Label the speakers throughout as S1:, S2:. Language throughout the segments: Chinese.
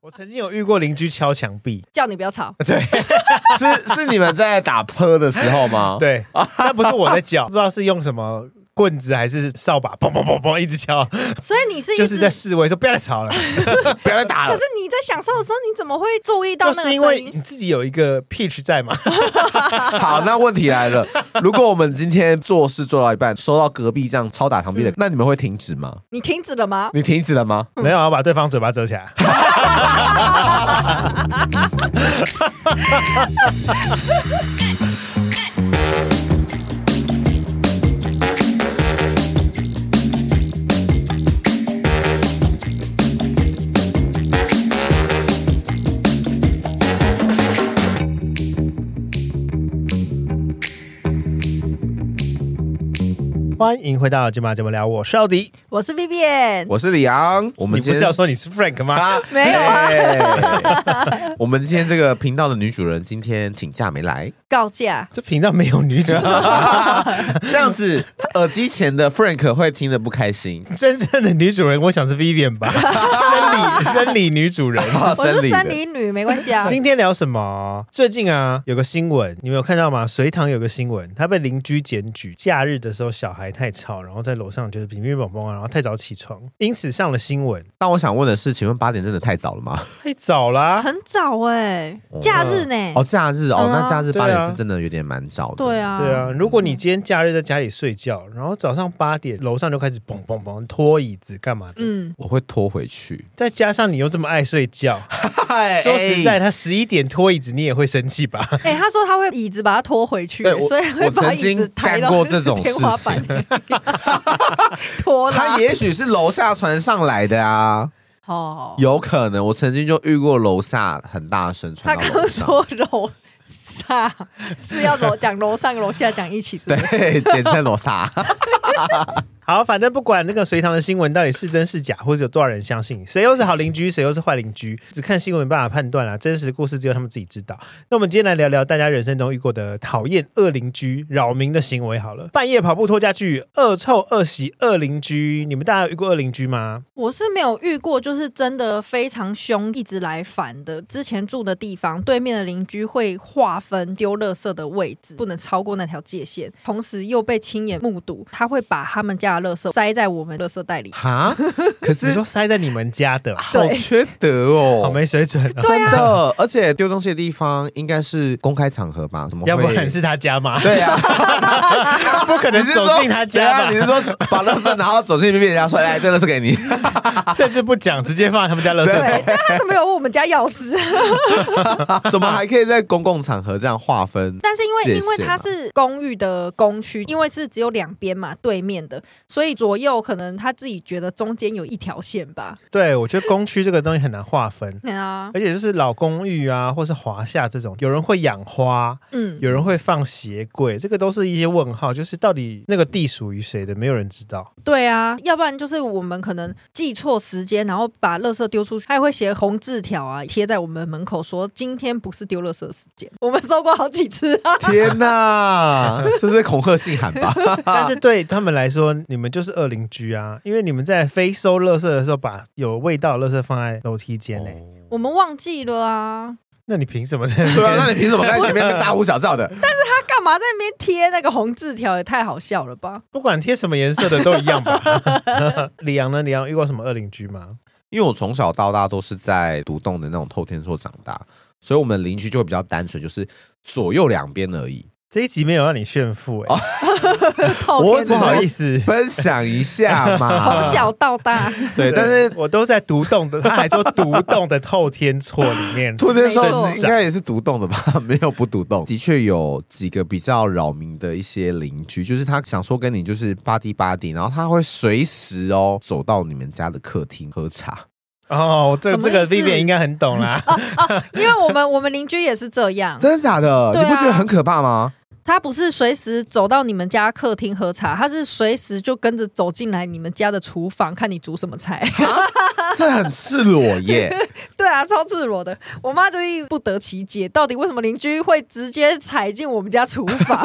S1: 我曾经有遇过邻居敲墙壁，
S2: 叫你不要吵，
S3: 是是你们在打泼的时候 吗？，
S1: 对，但不是我在叫，不知道是用什么棍子还是扫把，砰砰砰砰一直敲，
S2: 所以你是一
S1: 就
S2: 直，
S1: 是在示威说不要再吵了，
S3: 不要再打
S2: 可
S3: 了
S2: 是。你在享受的时候，你怎么会注意 到
S1: 就
S2: 那
S1: 是
S2: 个
S1: 因
S2: 声
S1: 为
S2: 音？
S1: 你自己有一个 pitch 在嘛，
S3: 好，那问题来了，如果我们今天做事做到一半，收到隔壁这样敲打墙
S2: 嗯
S3: 壁的，那你们会停止吗？
S2: 你停止了吗？
S3: 你停止了吗？
S1: 没有要把对方嘴巴遮起来。欢迎回到今晚节目聊，我是奥迪。
S2: 我是 Vivian，
S3: 我是李昂，我们
S1: 你不
S3: 今
S1: 是
S3: 天
S1: 要说你是 Frank 吗？
S3: 啊，
S2: 没有
S3: 啊。 我们今天这个频道的女主人今天请假没来，
S2: 告假，
S1: 这频道没有女主，
S3: 这样子耳机前的 Frank 会听得不开心。
S1: 真正的女主人，我想是 Vivian 吧， 生理生理女主人。
S3: 啊
S2: 我是
S3: 的
S2: 生理女，没关系 啊。
S1: 今天聊什么？最近啊，有个新闻，你们有看到吗？隋唐有个新闻，他被邻居检举，假日的时候小孩太吵，然后在楼上就是乒乒乓乓啊，然后太早起床，因此上了新闻。
S3: 但我想问的是，请问八点真的太早了吗？
S1: 太早啦、
S2: 很早哎、假日呢、
S3: 哦，假日哦，
S2: 嗯啊
S3: 那假日
S1: 对啊
S3: 八点是真的有点蛮早的。
S2: 对，啊，
S1: 对啊，如果你今天假日在家里睡觉，然后早上八点楼上就开始嘣嘣嘣拖椅子干嘛的，
S2: 嗯，
S3: 我会拖回去。
S1: 再加上你又这么爱睡觉，说实在，
S3: 哎，
S1: 他十一点拖椅子你也会生气吧？
S2: 哎、他说他会椅子把它拖回去、
S3: 对我
S2: 所以会
S3: 我
S2: 把
S3: 曾
S2: 椅子
S3: 经
S2: 抬到
S3: 干过这种
S2: 天花板， 拖
S3: 他
S2: 拉。
S3: 也许是楼下传上来的啊，
S2: 哦，
S3: 有可能。我曾经就遇过楼下很大声
S2: 他
S3: 传到楼
S2: 刚
S3: 上。
S2: 说楼下 是要楼讲楼上楼下讲一起是不是
S3: 对，简称 楼下。
S1: 好，反正不管那个隋唐的新闻到底是真是假，或者有多少人相信，谁又是好邻居，谁又是坏邻居，只看新闻没办法判断啦、真实故事只有他们自己知道。那我们今天来聊聊大家人生中遇过的讨厌恶邻居、扰民的行为好了。半夜跑步拖家具、恶臭、恶习、恶邻居，你们大家有遇过恶邻居吗？
S2: 我是没有遇过，就是真的非常凶，一直来烦的。之前住的地方对面的邻居会划分丢垃圾的位置，不能超过那条界限，同时又被亲眼目睹，他会把他们家的垃圾塞在我们垃圾袋里。
S3: 哈，可
S1: 你
S3: 是
S1: 说塞在你们家的，
S3: 好缺德哦，
S1: 好没水准、 啊，
S3: 真的，而且丢东西的地方应该是公开场合吧？怎么会？
S1: 要不然是他家吗？ 啊
S3: 对呀、啊，
S1: 不可能 走进他家吧
S3: 你是说等一下你是说把垃圾然后走进去被人家哎说，来，这垃圾给 你，
S1: 甚至不讲，直接放在他们家垃圾桶。，
S2: 对 但他怎么有我们家钥匙？啊
S3: 怎么还可以在公共场合这样划 分？
S2: 但是因
S3: 界
S2: 为
S3: 限啊
S2: 因为它
S3: 嘛
S2: 是公寓的公区，因为是只有两边嘛，对面的，所以左右可能他自己觉得中间有一条线吧。
S1: 对，我觉得公区这个东西很难划分。
S2: 对啊，
S1: 而且就是老公寓啊，或是华夏这种，有人会养花，
S2: 嗯，
S1: 有人会放鞋柜，这个都是一些问号，就是到底那个地属于谁的，没有人知 道。
S2: 对啊，要不然就是我们可能记错时间，然后把垃圾丢出去，他也会写红字条啊，贴在我们门口说今天不是丢垃圾的时间。我们收过好几次啊，
S3: 天哪，这是恐吓信函 吧？
S1: 但是对他们来说，你们就是恶邻居啊，因为你们在非收垃圾的时候，把有味道的垃圾放在楼梯间
S3: 哦
S1: 呢、
S2: 我们忘记了啊，
S1: 那你凭什么在那
S3: 对啊，
S1: 边？
S3: 那你凭什么在前面大呼小叫的？
S2: 他啊干嘛在那边贴那个红字条？也太好笑了 吧！
S1: 不管贴什么颜色的都一样吧？ 李阳呢？李阳遇过什么恶邻居吗？
S3: 因为我从小到大都是在独栋的那种透天厝长大，所以我们邻居就会比较单纯，就是左右两边而已。
S1: 这一集没有让你炫富
S3: 哦
S1: 哎、
S2: 透
S3: 我
S2: 天
S1: 不
S3: 只
S1: 好
S2: 的
S1: 意思。
S3: 分享一下 嘛，
S2: 从小到大，
S3: 对，但是
S1: 我都在独栋的，他还说独栋的透天厝里 面
S3: 兔天
S2: 没
S3: 兽
S2: 错
S3: 应该也是独栋的吧？ 没有不独栋，的确有几个比较扰民的一些邻居，就是他想说跟你就是巴蒂巴蒂，然后他会随时哦走到你们家的客厅喝茶。
S1: 哦，这
S2: 什么
S1: 这个
S2: 意思哦
S1: Vivian 应该很懂 啦。
S2: 因为我们我们邻居也是这样，
S3: 真的假的？
S2: 对啊
S3: 你不觉得很可怕吗？
S2: 他不是随时走到你们家客厅喝茶，他是随时就跟着走进来你们家的厨房，看你煮什么菜。
S3: 这很赤裸耶！
S2: 对啊，超赤裸的。我妈就一直不得其解，到底为什么邻居会直接踩进我们家厨房？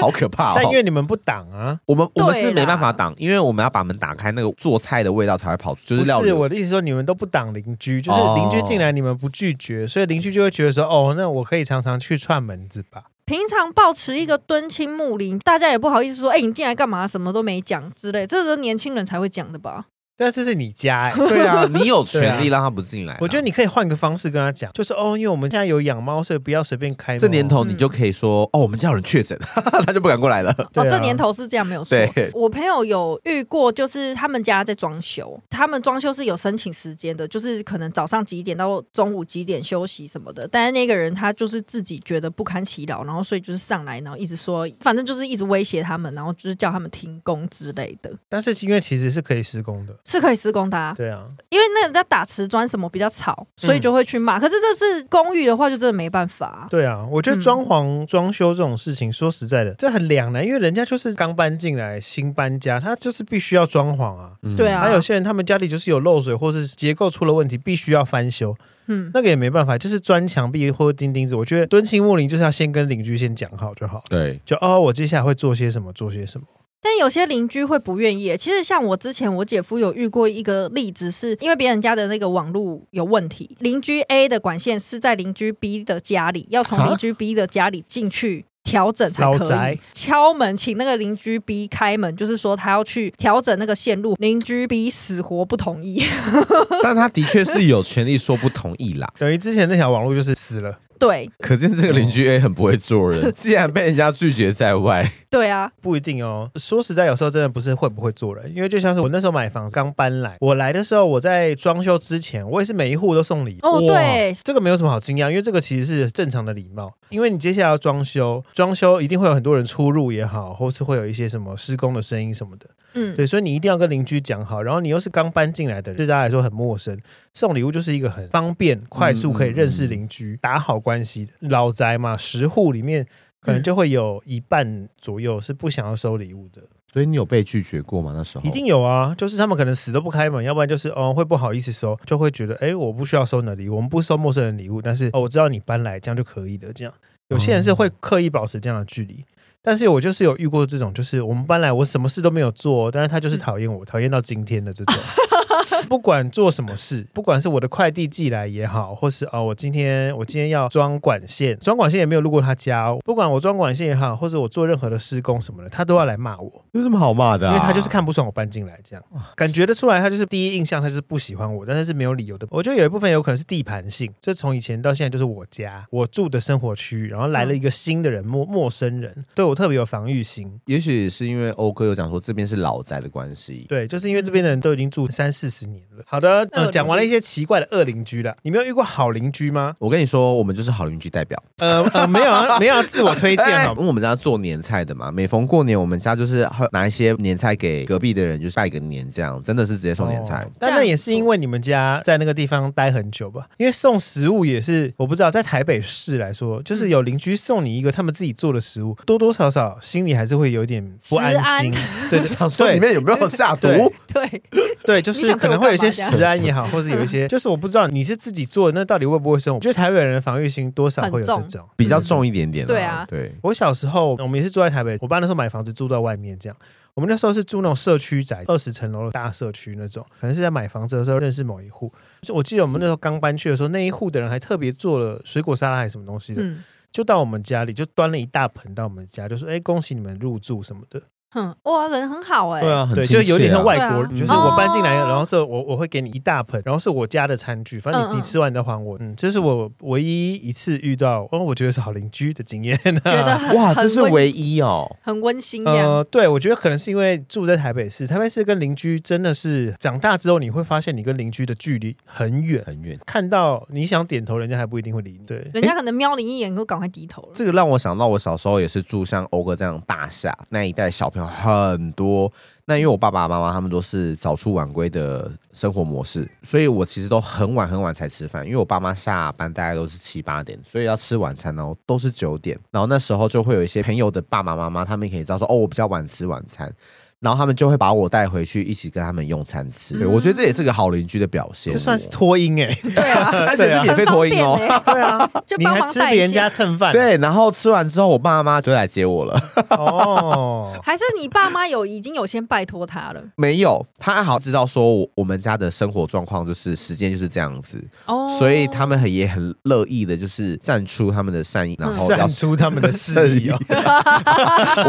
S3: 好可怕
S1: 但因
S3: 哦！
S1: 为你们不挡啊，
S3: 我们我们是
S2: 对啦
S3: 没办法挡，因为我们要把门打开，那个做菜的味道才会跑出，就
S1: 不
S3: 是料
S1: 是
S3: 理。
S1: 我的意思说你们都不挡邻居，就是
S3: 哦
S1: 邻居进来你们不拒绝，所以邻居就会觉得说，哦，那我可以常常去串门子吧。
S2: 平常保持一个敦亲睦邻，大家也不好意思说，哎、你进来干嘛？什么都没讲之类，这都年轻人才会讲的吧？
S1: 但这是你家 哎、
S3: 对啊，你有权利
S1: 对
S3: 让他不进来啦。啊
S1: 我觉得你可以换个方式跟他讲，就是哦，因为我们现在有养猫，所以不要随便开门哦。
S3: 这年头你就可以说哦，我们家有人确诊， 他就不敢过来了。
S1: 对啊
S2: 哦，这年头是这样没有错
S3: 对。
S2: 我朋友有遇过，就是他们家在装修，他们装修是有申请时间的，就是可能早上几点到中午几点休息什么的。但是那个人他就是自己觉得不堪其扰，然后所以就是上来，然后一直说，反正就是一直威胁他们，然后就是叫他们停工之类的，
S1: 但是因为其实是可以施工的，
S2: 是可以施工的、啊。
S1: 对嗯啊，
S2: 因为那个在打瓷砖什么比较吵，所以就会去骂。可是这是公寓的话，就真的没办法、
S1: 对啊。我
S2: 嗯
S1: 觉得装潢、装修这种事情，说实在的，这很两难，因为人家就是刚搬进来，新搬家，他就是必须要装潢啊。
S3: 嗯
S2: 对啊，
S1: 还有些人他们家里就是有漏水，或是结构出了问题，必须要翻修，
S2: 嗯，
S1: 那个也没办法，就是砖墙壁或钉钉子。我觉得敦亲睦邻就是要先跟邻居先讲好就好，
S3: 对，
S1: 就哦，我接下来会做些什么，做些什么。
S2: 但有些邻居会不愿意。其实像我之前，我姐夫有遇过一个例子是，因为别人家的那个网络有问题，邻居 A 的管线是在邻居 B 的家里，要从
S3: 啊
S2: 邻居 B 的家里进去。调整才
S1: 老
S2: 可
S1: 宅
S2: 以敲门，请那个邻居 B 开门，就是说他要去调整那个线路。邻居 B 死活不同意，
S3: 但他的确是有权利说不同意啦。
S1: 等于之前那条网络就是死了，
S2: 对
S3: 可见这个邻居 A 很不会做
S1: 哦
S3: 人，既然被人家拒绝在外，
S2: 对啊，
S1: 不一定哦。说实在，有时候真的不是会不会做人，因为就像是我那时候买房刚搬来，我来的时候我在装修之前，我也是每一户都送礼
S2: 哦
S1: 哇
S2: 对
S1: 这个没有什么好惊讶，因为这个其实是正常的礼貌。因为你接下来要装修，装修一定会有很多人出入也好，或是会有一些什么施工的声音什么的，
S2: 嗯，
S1: 对，所以你一定要跟邻居讲好。然后你又是刚搬进来的人，对大家来说很陌生，送礼物就是一个很方便、快速可以认识邻居、打好关系的。老宅嘛，十户里面可能就会有一半左右是不想要收礼物的，
S3: 所以你有被拒绝过吗？那时候
S1: 一定有啊。就是他们可能死都不开门，要不然就是哦会不好意思收，就会觉得哎我不需要收你的礼物，我们不收陌生人礼物，但是哦我知道你搬来这样就可以的，这样
S3: 嗯
S1: 有些人是会刻意保持这样的距离。但是我就是有遇过这种，就是我们搬来我什么事都没有做，但是他就是讨厌我，讨厌到今天的 这种。不管做什么事，不管是我的快递寄来也好，或是哦，我今天我今天要装管线，装管线也没有路过他家、哦。不管我装管线也好，或者我做任何的施工什么的，他都要来骂我，
S3: 有什么好骂的、
S1: 因
S3: 啊？
S1: 为他就是看不爽我搬进来这样，感觉得出来，他就是第一印象他就是不喜欢我，但是是没有理由的。我觉得有一部分有可能是地盘性，这从以前到现在就是我家我住的生活区，然后来了一个新的人，陌陌生人，对我特别有防御心。
S3: 也许是因为欧哥有讲说这边是老宅的关系，
S1: 对，就是因为这边的人都已经住三四十年了。好的，
S2: 恶邻
S1: 呃，
S2: 居
S1: 讲完了一些奇怪的恶邻居了，你没有遇过好邻居吗？
S3: 我跟你说，我们就是好邻居代表。
S1: 呃呃，没有啊，没 有啊自我推荐好
S3: 哎因为我们家做年菜的嘛，每逢过年，我们家就是会拿一些年菜给隔壁的人，就是拜个年，这样真的是直接送年菜。
S1: 哦但那也是因为你们家在那个地方待很久吧？因为送食物也是，我不知道在台北市来说，就是有邻居送你一个他们自己做的食物，多多少少心里还是会有一点不安心。 对，
S3: 想说
S1: 对
S3: 里面有没有下毒？
S1: 对
S2: 对，
S1: 对，就
S2: 你
S1: 是
S2: 想
S1: 可
S2: 对我
S1: 能会有一
S2: 干
S1: 些
S2: 嘛这
S1: 食安也好，或者有一些，就是我不知道你是自己做的，那到底会不会送？我觉得台北人的防御心多少会有这
S2: 很
S1: 种。
S3: 比较重一点点啦。
S2: 对啊
S3: 对，
S1: 我小时候，我们也是住在台北，我爸那时候买房子住在外面，这样。我们那时候是住那种社区宅，二十层楼的大社区那种，可能是在买房子的时候认识某一户。就我记得我们那时候刚搬去的时候，那一户的人还特别做了水果沙拉还是什么东西的，
S2: 嗯。
S1: 就到我们家里就端了一大盆到我们家，就说：“哎、恭喜你们入住什么的。
S2: 哼，哇，人很好哎、
S3: 对啊，很
S1: 对，
S3: 亲
S1: 就
S3: 切
S1: 有点像
S3: 啊
S1: 外国人，
S3: 对啊
S1: 就是我搬进来，
S2: 哦
S1: 然后是我我会给你一大盆，然后是我家的餐具，反正
S2: 嗯
S1: 你
S2: 嗯
S1: 你吃完再还我。嗯，这是我唯一一次遇到，哦，我觉得是好邻居的经验、啊。
S2: 哎觉得很
S3: 哇，
S2: 很
S3: 这是
S2: 温
S3: 唯一哦。
S2: 很温馨这样。
S1: 呃，对，我觉得可能是因为住在台北市，台北市跟邻居真的是长大之后，你会发现你跟邻居的距离很远，
S3: 很远。
S1: 看到你想点头，人家还不一定会理你。对，
S3: 哎
S2: 人家可能瞄你一眼，就赶快低头了。
S3: 这个让我想到我小时候也是住像欧哥这样大厦那一带，小朋友很多。那因为我爸爸妈妈他们都是早出晚归的生活模式，所以我其实都很晚很晚才吃饭。因为我爸妈下班大概都是七八点，所以要吃晚餐哦都是九点。然后那时候就会有一些朋友的爸爸妈妈，他们可以知道说哦，我比较晚吃晚餐。然后他们就会把我带回去一起跟他们用餐吃。对，我觉得这也是个好邻居的表现，
S1: 嗯这算是脱音哎，
S2: 对啊，
S3: 而且是免
S2: 很
S3: 费托
S2: 方
S3: 音
S2: 便
S3: 哦。
S2: 欸
S1: 对啊，
S2: 就
S1: 你
S2: 帮
S1: 还
S2: 忙
S1: 吃
S2: 带一
S1: 别人家
S2: 下
S1: 蹭饭，
S3: 对，然后吃完之后，我爸妈就来接我了。
S1: 哦，
S2: 还是你爸妈有已经有先拜托他了
S3: 没有，他好知道说我我们家的生活状况就是时间就是这样子，
S2: 哦，
S3: 所以他们很也很乐意的，就是站出他们的善意，然后要
S1: 散出他们的
S3: 善
S1: 势力
S3: 意
S1: 哦。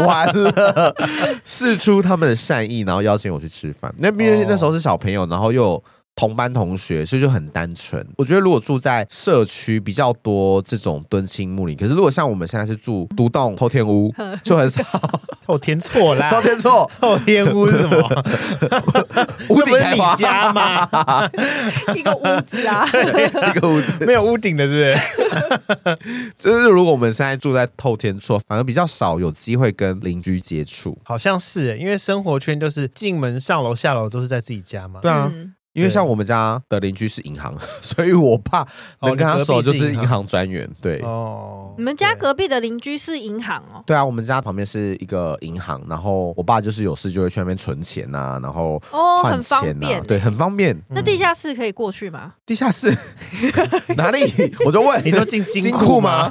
S3: 完了， 试出他们的善意，然后邀请我去吃饭。那毕竟
S1: 哦
S3: 那时候是小朋友，然后又有同班同学，所以就很单纯。我觉得如果住在社区比较多这种敦亲睦邻，可是如果像我们现在是住独栋偷天屋，就很 少
S1: 我填错啦，
S3: 偷 天错
S1: 透天屋是什么？
S3: 屋
S1: 那不
S3: 顶
S1: 是
S3: 开
S1: 你
S3: 花
S1: 家吗？
S2: 一个屋子啊，
S3: 一个屋子。
S1: 没有屋顶的，是不是？
S3: 就是如果我们现在住在透天厝，反而比较少有机会跟邻居接触。
S1: 好像是耶，因为生活圈就是进门、上楼、下楼都是在自己家嘛。
S3: 对啊，
S2: 嗯
S3: 因为像我们家的邻居是银行，所以我爸能 跟他熟就是银行专员。对。
S1: 哦，
S2: 你们家
S1: 对
S2: 隔壁的邻居是银行哦，
S3: 对啊，我们家旁边是一个银行，然后我爸就是有事就会去那边存钱呐、然后
S2: 哦，
S3: 换
S2: 很方
S3: 钱呐、啊
S2: 便，
S3: 对，很方便。
S2: 那地下室可以过去吗？
S3: 地下室哪里？我就问
S1: 你说进金
S3: 金
S1: 库
S3: 库
S1: 吗？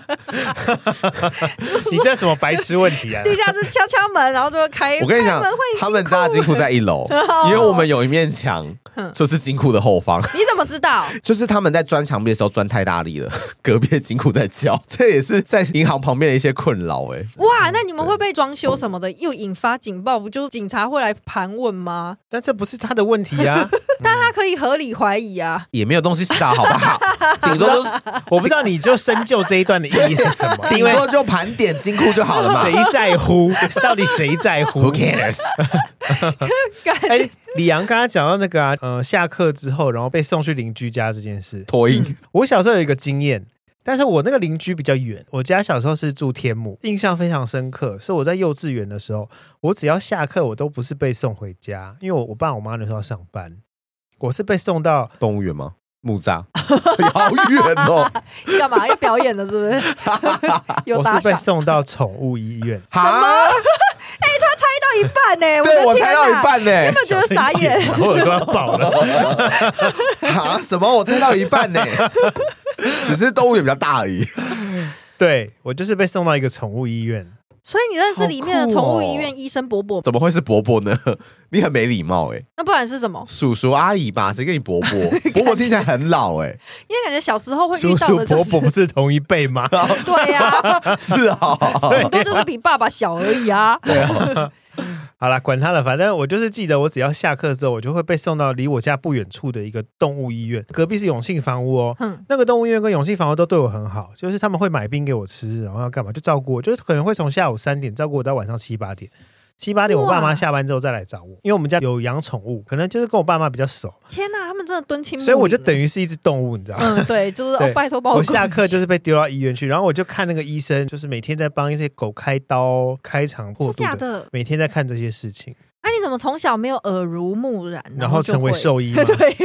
S1: 你这什么白痴问题啊？
S2: 地下室敲敲门，然后就哎会开。
S3: 嗯 我跟你讲
S2: 开门欢，迎
S3: 他们家的金库在一楼，因为我们有一面墙就是金库的后方。
S2: 你怎么知 道？
S3: 就是他们在钻墙壁的时候钻太大力了， 隔壁的金库在叫， 这也是在银行旁边的一些困扰哎、
S2: 哇，那你们会被装修什么的又引发警报，不就警察会来盘问吗？
S1: 但这不是他的问题啊！
S2: 但他可以合理怀疑啊。
S3: 也没有东西傻，好不好？ 顶多就是
S1: 我不知道你就深究这一段的意义是什么，
S3: 顶
S1: 因为
S3: 多就盘点金库就好了嘛。
S1: 谁在乎？到底谁在 乎
S3: Who cares？
S2: 感
S1: 哎、
S2: 觉
S1: 李阳刚刚讲到那个啊，呃，下课之后，然后被送去邻居家这件事，
S3: 脱音
S1: 我小时候有一个经验，但是我那个邻居比较远，我家小时候是住天母，印象非常深刻。是我在幼稚园的时候，我只要下课，我都不是被送回家，因为我我爸我妈那时候要上班，我是被送到
S3: 动物园吗？木 栅，好远 哦！。
S2: 干嘛要表演的？是不是？有
S1: 我
S2: 打
S1: 是
S2: 赏
S1: 被送到宠物医院
S3: 哈，
S2: 到一半呢、我
S3: 对
S2: 的
S3: 我
S2: 天
S3: 猜到一
S2: 哪，
S3: 半
S2: 有
S3: 呢
S2: 没。 有觉得傻眼？
S1: 然后耳朵要爆了。
S3: 哈，什么？我猜到一半呢？ 只是动物园比较大而已。
S1: 对我就是被送到一个宠物医院，
S2: 所以你认识里面的宠物医
S1: 哦
S3: 好
S2: 院医生伯伯，
S3: 怎么会是伯伯呢？ 你很没礼貌哎，
S2: 那不然是什么？
S3: 叔叔阿姨吧，谁跟你伯伯？ 伯伯听起来很老哎。
S2: 因为感觉小时候会遇
S1: 叔
S2: 到
S1: 叔
S2: 的就
S1: 伯
S2: 是
S1: 伯不是同一辈吗？
S2: 对呀、
S3: 是啊、
S2: 很多就是比爸爸小而已啊。
S1: 好啦，管他了，反正我就是记得，我只要下课之后，我就会被送到离我家不远处的一个动物医院，隔壁是永信房屋哦。
S2: 嗯
S1: 那个动物医院跟永信房屋都对我很好，就是他们会买冰给我吃，然后要干嘛就照顾我，就是可能会从下午三点照顾我到晚上七八点。七八点我
S2: 哇
S1: 爸妈下班之后再来找我，因为我们家有养宠物，可能就是跟我爸妈比较熟，
S2: 天哪，他们真的蹲亲，
S1: 所以我就等。于是一只动物，你知道吗？
S2: 嗯，对，就是
S1: 对
S2: 哦，拜托帮
S1: 我
S2: 我
S1: 下
S2: 顾
S1: 课就是被丢到医院去，然后我就看那个医生，就是每天在帮一些狗开刀、开肠破
S2: 是
S1: 肚
S2: 假
S1: 的，
S2: 的。
S1: 每天在看这些事情。
S2: 哎、你怎么从小没有耳濡目染，
S1: 然后
S2: 就
S1: 成为
S2: 会
S1: 兽 医吗？
S2: 对，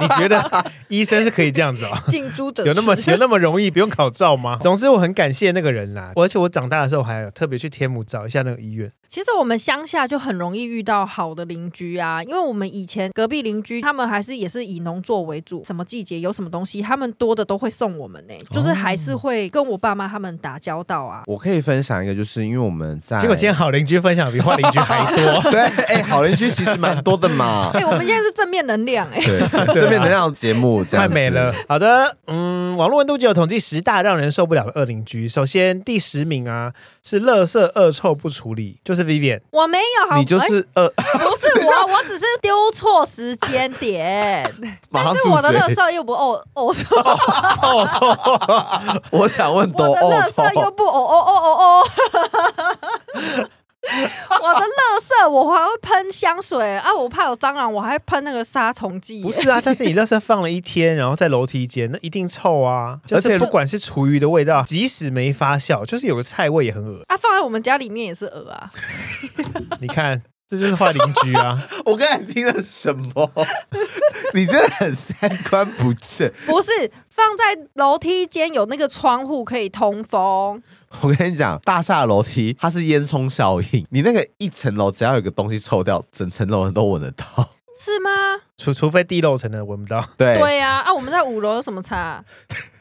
S1: 你觉得医生是可以这样子 哦？
S2: 近朱者
S1: 有那么
S2: 赤
S1: 有那么容易不用考照吗？总之我很感谢那个人啦，而且我长大的时候还有特别去天母找一下那个医院。
S2: 其实我们乡下就很容易遇到好的邻居啊，因为我们以前隔壁邻居他们还是也是以农作为主，什么季节有什么东西，他们多的都会送我们呢、欸
S3: 哦
S2: 就是还是会跟我爸妈他们打交道啊。。
S3: 我可以分享一个，就是因为我们在
S1: 结果今天好邻居分享比坏邻居还多，
S3: 对，哎、好邻居其实蛮多的嘛
S2: 哎、我们现在是正面能量哎、
S3: 对，啊这边能量节目 这样
S1: 太
S3: 子
S1: 美了。。好的，嗯，网络温度计有统计十大让人受不了的恶邻居。首先第十名啊是垃圾恶臭不处理，就是 Vivian。
S2: 我没有好，
S3: 你就
S2: 哎
S3: 是呃，
S2: 不是我，我只是丢错时间点，
S3: 马上
S2: 但是
S3: 住
S2: 我的垃
S3: 嘴。
S2: 圾又不哦哦，
S3: 我想问
S2: 我
S3: 多
S2: 的
S3: 哦
S2: 垃
S3: 臭，
S2: 圾又不哦哦哦哦 哦。我的垃圾，我还会喷香水啊！我怕有蟑螂，我还喷那个杀虫剂。
S1: 不是啊，但是你垃圾放了一天，然后在楼梯间，那一定臭啊！就
S3: 而
S1: 是
S3: 且
S1: 不管是厨余的味道，即使没发酵，就是有个菜味也很恶
S2: 啊，放在我们家里面也是鹅啊，
S1: 你看，这就是坏邻居啊！
S3: 我刚才听了什么？ 你真的很三观不正。
S2: 不是放在楼梯间有那个窗户可以通风，
S3: 我跟你讲，大厦楼梯它是烟囱效应，你那个一层楼只要有个东西臭掉，整层楼人都闻得到。
S2: 是吗？
S1: 除除非地漏层的闻不到。
S3: 对，
S2: 对呀、啊，啊，我们在五楼有什么差？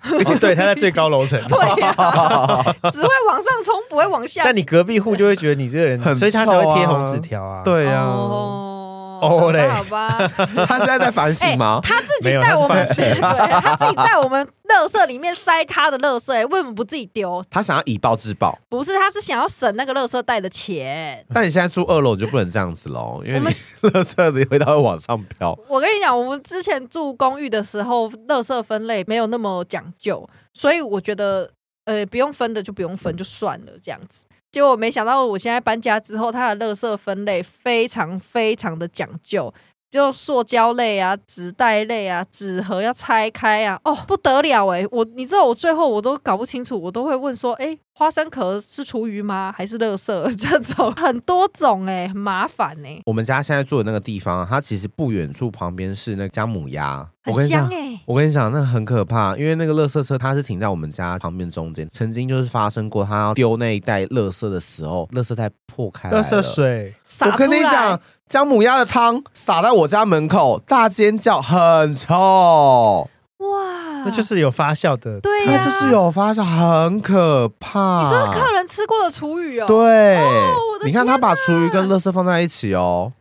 S1: 哦，对，他在最高楼层。
S2: 对呀、啊，只会往上冲，不会往下。
S1: 但你隔壁户就会觉得你这个人，
S3: 很
S1: 所以他才会贴红纸条啊。，
S3: 对呀、
S2: 哦，
S1: 哦嘞
S2: 好吧。好吧
S3: 他现在在反省吗？
S2: 哎他自己
S1: 没有
S2: 在
S1: 他是
S2: 我们
S1: 放弃
S2: 对，他自己在我们垃圾里面塞他的垃圾、欸，为什么不自己丢？
S3: 他想要以暴制暴，
S2: 不是，他是想要省那个垃圾袋的钱。
S3: 但你现在住二楼你就不能这样子喽，因
S2: 我
S3: 为你
S2: 们
S3: 垃圾的味道会往上飘。
S2: 我跟你讲，我们之前住公寓的时候，垃圾分类没有那么讲究，所以我觉得，呃，不用分的就不用分，就算了这样子。结果没想到，我现在搬家之后，它的垃圾分类非常非常的讲究，就塑胶类啊、纸袋类啊、纸盒要拆开啊，哦，不得了诶、我你知道，我最后我都搞不清楚，我都会问说，诶、花生壳是厨余吗？还是垃圾？这种很多种诶、很麻烦诶、
S3: 我们家现在住的那个地方，它其实不远处旁边是那个姜母鸭，我跟
S2: 很
S3: 你
S2: 香欸
S3: 讲。
S2: 诶、
S3: 我跟你讲，那很可怕，因为那个垃圾车它是停在我们家旁边中间，曾经就是发生过，它要丢那一袋垃圾的时候，垃圾袋破开来
S1: 垃
S3: 了
S1: 圾水
S2: 撒
S3: 我跟你
S2: 出来
S3: 讲，姜母鸭的汤洒在我家门口，大尖叫，很臭。
S2: 哇，
S1: 那就是有发酵的。
S2: 对啊哎呀、
S3: 它就是有发酵，很可怕。
S2: 你说是客人吃过的厨余哦，，
S3: 对，啊
S2: 我的
S3: 你看
S2: 天
S3: 他把厨余跟垃圾放在一起哦。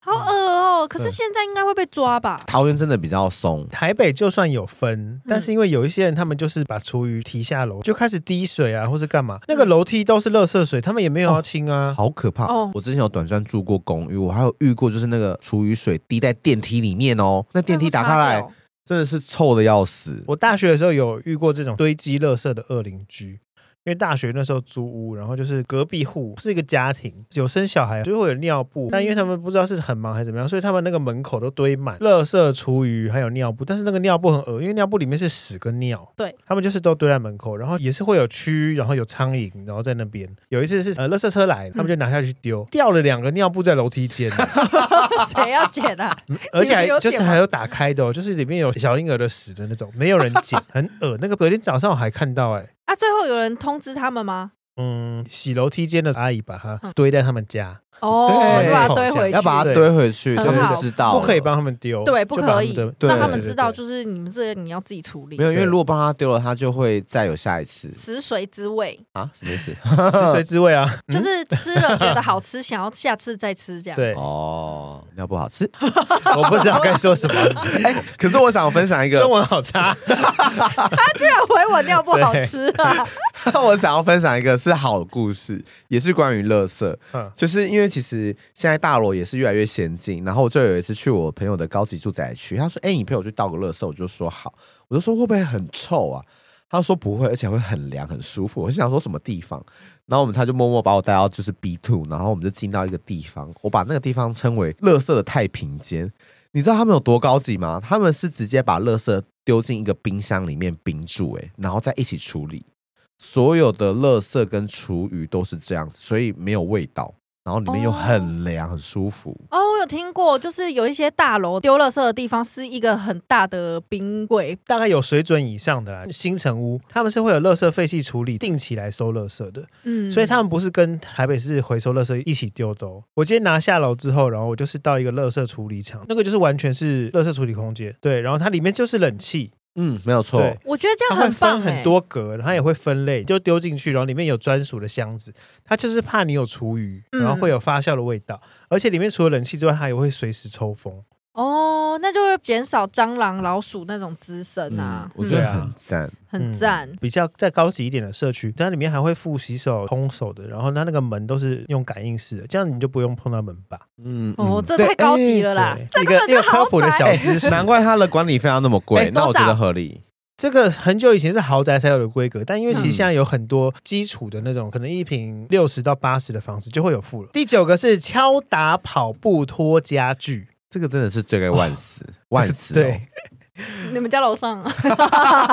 S2: 好恶哦、可是
S3: 对
S2: 现在应该会被抓吧？
S3: 桃园真的比较松，
S1: 台北就算有分，但是因为有一些人他们就是把厨余提下楼，就开始滴水啊，或是干嘛，那个楼梯都是垃圾水，他们也没有要清啊。
S3: 好可怕。
S2: 哦
S3: 我之前有短暂住过公寓，我还有遇过就是那个厨余水滴在电梯里面哦，那电梯打开
S2: 那
S3: 来
S2: 不
S3: 真的是臭的要死。
S1: 我大学的时候有遇过这种堆积垃圾的恶邻居。因为大学那时候租屋，然后就是隔壁户是一个家庭，有生小孩，就会有尿布。但因为他们不知道是很忙还是怎么样，所以他们那个门口都堆满垃圾、厨余还有尿布。但是那个尿布很恶，因为尿布里面是屎跟尿。
S2: 对，
S1: 他们就是都堆在门口，然后也是会有蛆，然后有苍蝇，然后在那边。有一次是呃，垃圾车来，他们就拿下去丢，掉了两个尿布在楼梯间。
S2: 擦掉谁要捡啊？
S1: 而且还
S2: 你们有
S1: 就是
S2: 剪吗
S1: 还有打开的、哦，就是里面有小婴儿的屎的那种，没有人 捡，很恶。那个隔天早上我还看到、哎，
S2: 啊，最后有人通知他们吗？
S1: 嗯，洗楼梯间的阿姨把它
S2: 嗯
S1: 堆在他们家，
S2: 哦，
S3: 对
S2: 就把它堆回去，
S3: 要把它
S1: 对
S3: 堆回去，
S2: 很
S3: 他们
S2: 好
S3: 就知道
S1: 不可以
S3: 了
S1: 帮他们丢，
S2: 哦对，不
S1: 就把
S2: 可以
S1: 们的，
S3: 对
S2: 让他们知道，
S1: 对
S2: 就是你们这个你要自己处理
S3: 没。有，因为
S1: 对
S3: 如果帮他丢了，他就会再有下一次
S2: 食髓知味，
S3: 啊？什么意 思？
S1: 对对食髓知味啊，
S2: 就
S1: 嗯
S2: 是吃了觉得好吃，想要下次再吃这样。，
S1: 对，
S3: 哦，料不好 吃。
S1: 我不知道该说 什么，
S3: 哎、可是我想分享一个
S1: 中文好差，
S2: 居然回我尿不好吃啊！
S3: 我想要分享一个是好故事，也是关于垃圾。
S1: 嗯
S3: 就是因为其实现在大楼也是越来越先进，然后我就有一次去我朋友的高级住宅区，他说：“哎、你陪我去倒个垃圾。”我就说好，我就说会不会很臭啊？他说不会，而且会很凉很舒服。我就想说什么地方，然后我们他就默默把我带到就是 B two，然后我们就进到一个地方，我把那个地方称为“垃圾的太平间”。你知道他们有多高级吗？他们是直接把垃圾丢进一个冰箱里面冰住、欸，然后再一起处理。所有的垃圾跟厨余都是这样子，所以没有味道，然后里面又
S2: 哦
S3: 很凉，很舒服。
S2: 哦，我有听过，就是有一些大楼丢垃圾的地方是一个很大的冰柜，
S1: 大概有水准以上的啦。新城屋他们是会有垃圾废弃处理，定期来收垃圾的，
S2: 嗯，
S1: 所以他们不是跟台北市回收垃圾一起丢的哦。我今天拿下楼之后，然后我就是到一个垃圾处理厂，那个就是完全是垃圾处理空间，对，然后它里面就是冷气，
S3: 嗯，没有错。
S1: 对
S2: 我觉得这
S1: 它
S2: 样
S1: 会
S2: 很棒、
S1: 分
S2: 欸，
S1: 很多格，它也会分类，就丢进去，然后里面有专属的箱子，它就是怕你有厨余，
S2: 嗯
S1: 然后会有发酵的味道，而且里面除了冷气之外，它也会随时抽风。
S2: 哦，那就会减少蟑螂、老鼠那种滋生啊
S3: 嗯，，我
S2: 嗯
S3: 觉
S1: 对
S3: 得
S1: 啊
S3: 很赞。
S2: 很
S1: 嗯
S2: 赞。
S1: 比较再高级一点的社区，它里面还会附洗手、烘手的，然后它那个门都是用感应式的，这样你就不用碰到门把。
S3: 嗯，
S2: 哦
S3: 嗯，
S2: 这太高级。了
S1: 对
S2: 啦，
S1: 一个一个科普的小
S3: 哎
S1: 知识。
S3: 难怪它的管理费要那么贵，
S2: 哎
S3: 那我
S2: 多少
S3: 觉得合理。
S1: 这个很久以前是豪宅才有的规格，但因为其实
S3: 嗯
S1: 现在有很多基础的那种，可能一平六十到八十的房子就会有付了。第九个是敲打跑步拖家具，
S3: 这个真的是罪该万死，万死、哦。
S1: 对，
S2: 你们家楼上啊？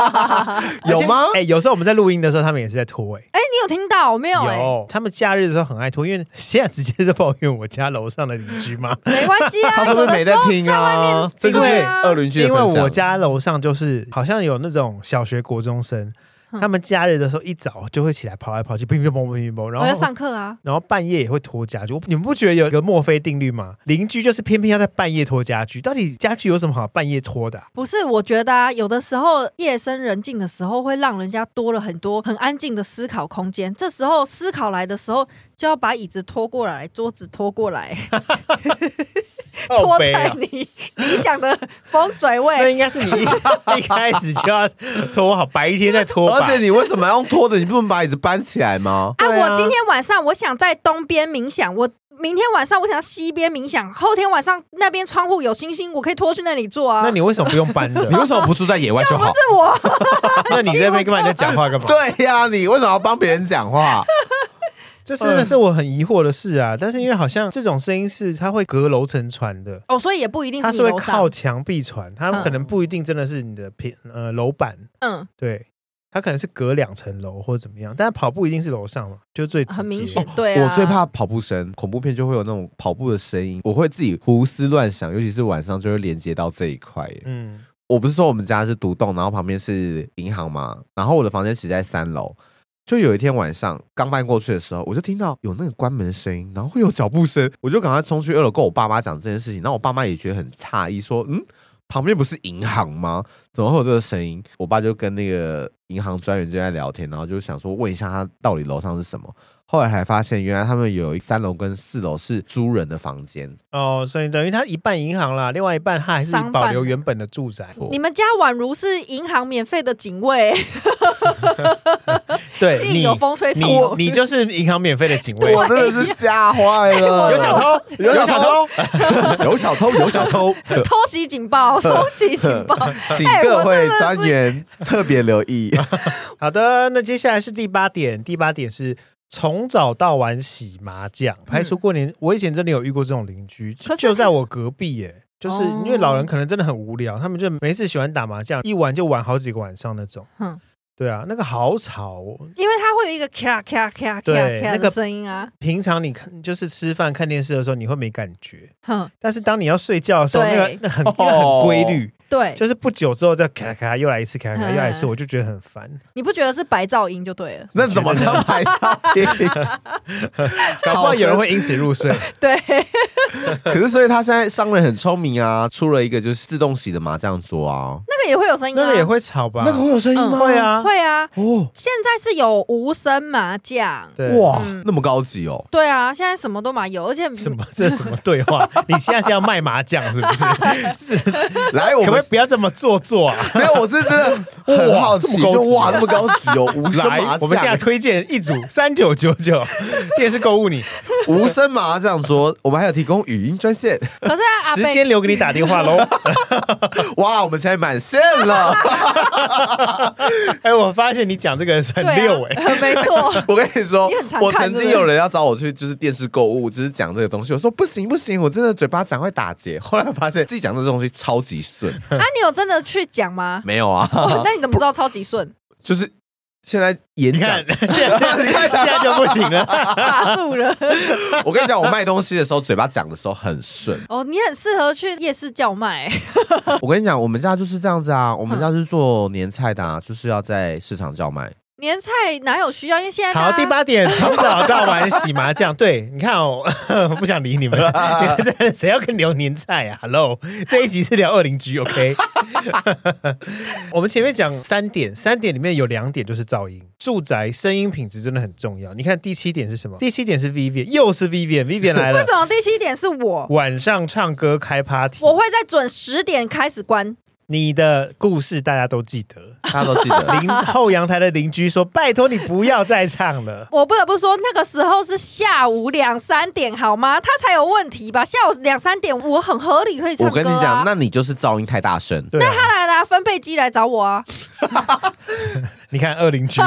S3: 有吗？
S1: 哎、有时候我们在录音的时候，他们也是在拖、哎，
S2: 哎，你有听到没有？哎，
S1: 他们假日的时候很爱拖，因为现在直接在抱怨我家楼上的邻居嘛。
S2: 没关系 啊，
S3: 他是
S2: 有
S3: 不是
S2: 的
S3: 没在
S2: 时候
S3: 听啊？这
S1: 在外面
S3: 就是
S2: 对啊
S3: 二 邻居的
S1: 因
S3: 分
S1: 为
S3: 享。
S1: 我家楼上就是好像有那种小学、国中生，他们假日的时候一早就会起来跑来跑去，乒乒乓乓乒乒乓，然
S2: 我在
S1: 后
S2: 上课啊，
S1: 然后半夜也会拖家具。我你们不觉得有一个墨菲定律吗？邻居就是偏偏要在半夜拖家具，到底家具有什么好半夜拖的啊、
S2: 不是，我觉得啊，有的时候夜深人静的时候，会让人家多了很多很安静的思考空间。这时候思考来的时候，就要把椅子拖过来，桌子拖过来，拖
S3: 哦
S1: 靠背
S2: 在
S1: 啊！
S2: 你 理想的风水
S1: 那
S2: 位。
S1: 应该是你一 一开始就要拖好，白天再拖吧。
S3: 而且你为什么要用拖的？你不能把椅子搬起 来吗？
S2: 啊，
S1: 对啊
S2: 我今天晚上我想在东边冥想，我明天晚上我想西边冥想，后天晚上那边窗户有星星，我可以拖去那里做啊。
S1: 那你为什么不用搬 的
S3: 你？为什么不住在野外就好？
S2: 是我，
S1: 那你在那边跟人家讲话干嘛？
S3: 对啊呀、你为什么要帮别人讲话？
S1: 这真的是我很疑惑的事啊！但是因为好像这种声音是它会隔楼层传的，
S2: 哦，所以也不一定
S1: 它
S2: 你
S1: 是会
S2: 楼上
S1: 靠墙壁传，它可能不一定真的是你的平呃楼板，
S2: 嗯，
S1: 对，它可能是隔两层楼或者怎么样，但跑步一定是楼上嘛，就最直接
S2: 很明显，对啊。
S3: 哦我最怕跑步声，恐怖片就会有那种跑步的声音，我会自己胡思乱想，尤其是晚上就会连接到这一块耶。
S1: 嗯，
S3: 我不是说我们家是独栋，然后旁边是银行嘛，然后我的房间其实在三楼。就有一天晚上刚搬过去的时候，我就听到有那个关门的声音，然后会有脚步声，我就赶快冲去二楼跟我爸妈讲这件事情。然后我爸妈也觉得很诧异，说：“嗯，旁边不是银行吗？怎么会有这个声音？”我爸就跟那个银行专员就在聊天，然后就想说问一下他到底楼上是什么。后来才发现，原来他们有三楼跟四楼是租人的房间，
S1: 哦，所以等于它一半银行啦，另外一半它还是
S2: 商办
S1: 保留原本的住宅，
S2: 你们家宛如是银行免费的警 卫，
S1: 对
S2: 另
S1: 你
S2: 有风吹草
S1: 你
S2: 动。
S1: 你就是银行免费的警卫，
S2: 啊
S3: 我真的是吓坏了。
S1: 有小偷，有
S3: 有
S1: 小
S3: 小
S1: 偷
S3: 偷，有小偷，有小 偷，
S2: 偷袭警 报，偷袭警报！
S3: 请各位专 员特别留意。
S1: 好的，那接下来是第八点，第八点是从早到晚洗麻将，排除过年。我以前真的有遇过这种邻居，
S2: 嗯可是
S1: 就在我隔壁耶、就是
S2: 哦
S1: 因为老人可能真的很无聊，他们就没事喜欢打麻将，一玩就玩好几个晚上那种。
S2: 哼
S1: 对啊，那个好吵、哦。
S2: 因为它会有一个咔咔咔咔
S1: 对
S2: 咔
S1: 那
S2: 的
S1: 个
S2: 声音啊，
S1: 平常你看就是吃饭看电视的时候，你会没感觉，
S2: 哼，
S1: 但是当你要睡觉的时候，那
S2: 对哦
S1: 个那很、
S3: 哦
S1: 那个很规律，
S2: 对，
S1: 就是不久之后再咔啦咔啦又来一次，咔啦咔啦又来一次，
S2: 嗯
S1: 我就觉得很 烦。
S2: 你不觉得是白噪音就对了，
S3: 那怎么能拍照 片？
S1: 搞不好有人会因此入睡。
S2: 对，啊
S3: 可是，所以他现在商人很聪明啊，出了一个就是自动洗的麻将桌啊，
S2: 那个也会有声音、啊，
S1: 那个也会吵吧？
S3: 有声
S2: 嗯
S1: 会啊，
S2: 会啊。
S3: 哦，
S2: 现在是有无声麻将，
S1: 对
S3: 哇
S2: 嗯，
S3: 那么高级哦！
S2: 对啊，现在什么都嘛有，而且
S1: 什么？ 这是什么对 话？你现在是要卖麻将是不 是？是
S3: 来，我
S1: 可不可
S3: 们
S1: 以不要这么做作啊？
S3: 没有，我是真的很好奇，
S1: 哇这么高级
S3: 就哇，那么高级 哦！无声 麻
S1: 来，我们现在
S3: 将，
S1: 推荐一组三九九九电视购物你，
S3: 无声麻将桌，我们还有提供语音专线。
S2: 可是啊， 阿
S1: 时
S2: 贝
S1: 间留给你打电话 喽。
S3: 哇，我们现在满线了。
S1: 哎，我发现你讲这个很
S2: 对啊
S1: 溜哎，，
S2: 没错，
S3: 我跟你说
S2: 你很常，看
S3: 我曾
S2: 对不
S3: 经
S2: 对
S3: 有人要找我去，就是电视购物，就是讲这个东西。我说不行不行，我真的嘴巴讲会打结。后来发现自己讲这东西超级顺，
S2: 啊，你有真的去讲吗？
S3: 没有啊，
S2: 哦，那你怎么知道超级顺？
S3: 就是现在演
S1: 你
S3: 讲
S1: 看， 现在现在就不行了。
S2: 打住了。
S3: 我跟你讲，我卖东西的时候嘴巴讲的时候 很顺。
S2: 哦，你很适合去夜市叫卖。
S3: 我跟你讲，我们家就是这样子啊，我们
S2: 嗯
S3: 家是做年菜的，啊，就是要在市场 叫卖。
S2: 年菜哪有需要？因为现在
S1: 好，
S2: 大家
S1: 第八点，从早到晚洗麻将。对，你看哦， 我不想理 你们，你们这谁要跟你聊年菜啊？Hello，这一集是聊二邻居，OK？我们前面讲三点，三点里面有两点就是噪音，住宅声音品质真的很重要。你看第七点是什么？第七点是 Vivian，又是 Vivian，Vivian 来
S2: 为
S1: 了
S2: 什，么第七点是我？
S1: 晚上唱歌开 party，
S2: 我会在准十点开始关。
S1: 你的故事大家都记得。
S3: 大家都 记
S2: 啊
S3: 得，
S1: 邻后阳台的邻居说：“拜托你不要再唱了。”
S2: 我不得不说，那个时候是下午两三点，好吗？他才有问题吧？下午两三点，我很合理可以唱
S3: 我
S2: 歌、啊。
S3: 跟你讲，那你就是噪音太大 声。
S1: 对啊、
S2: 他来啦、分贝机来找我啊！
S1: 你看二 邻居，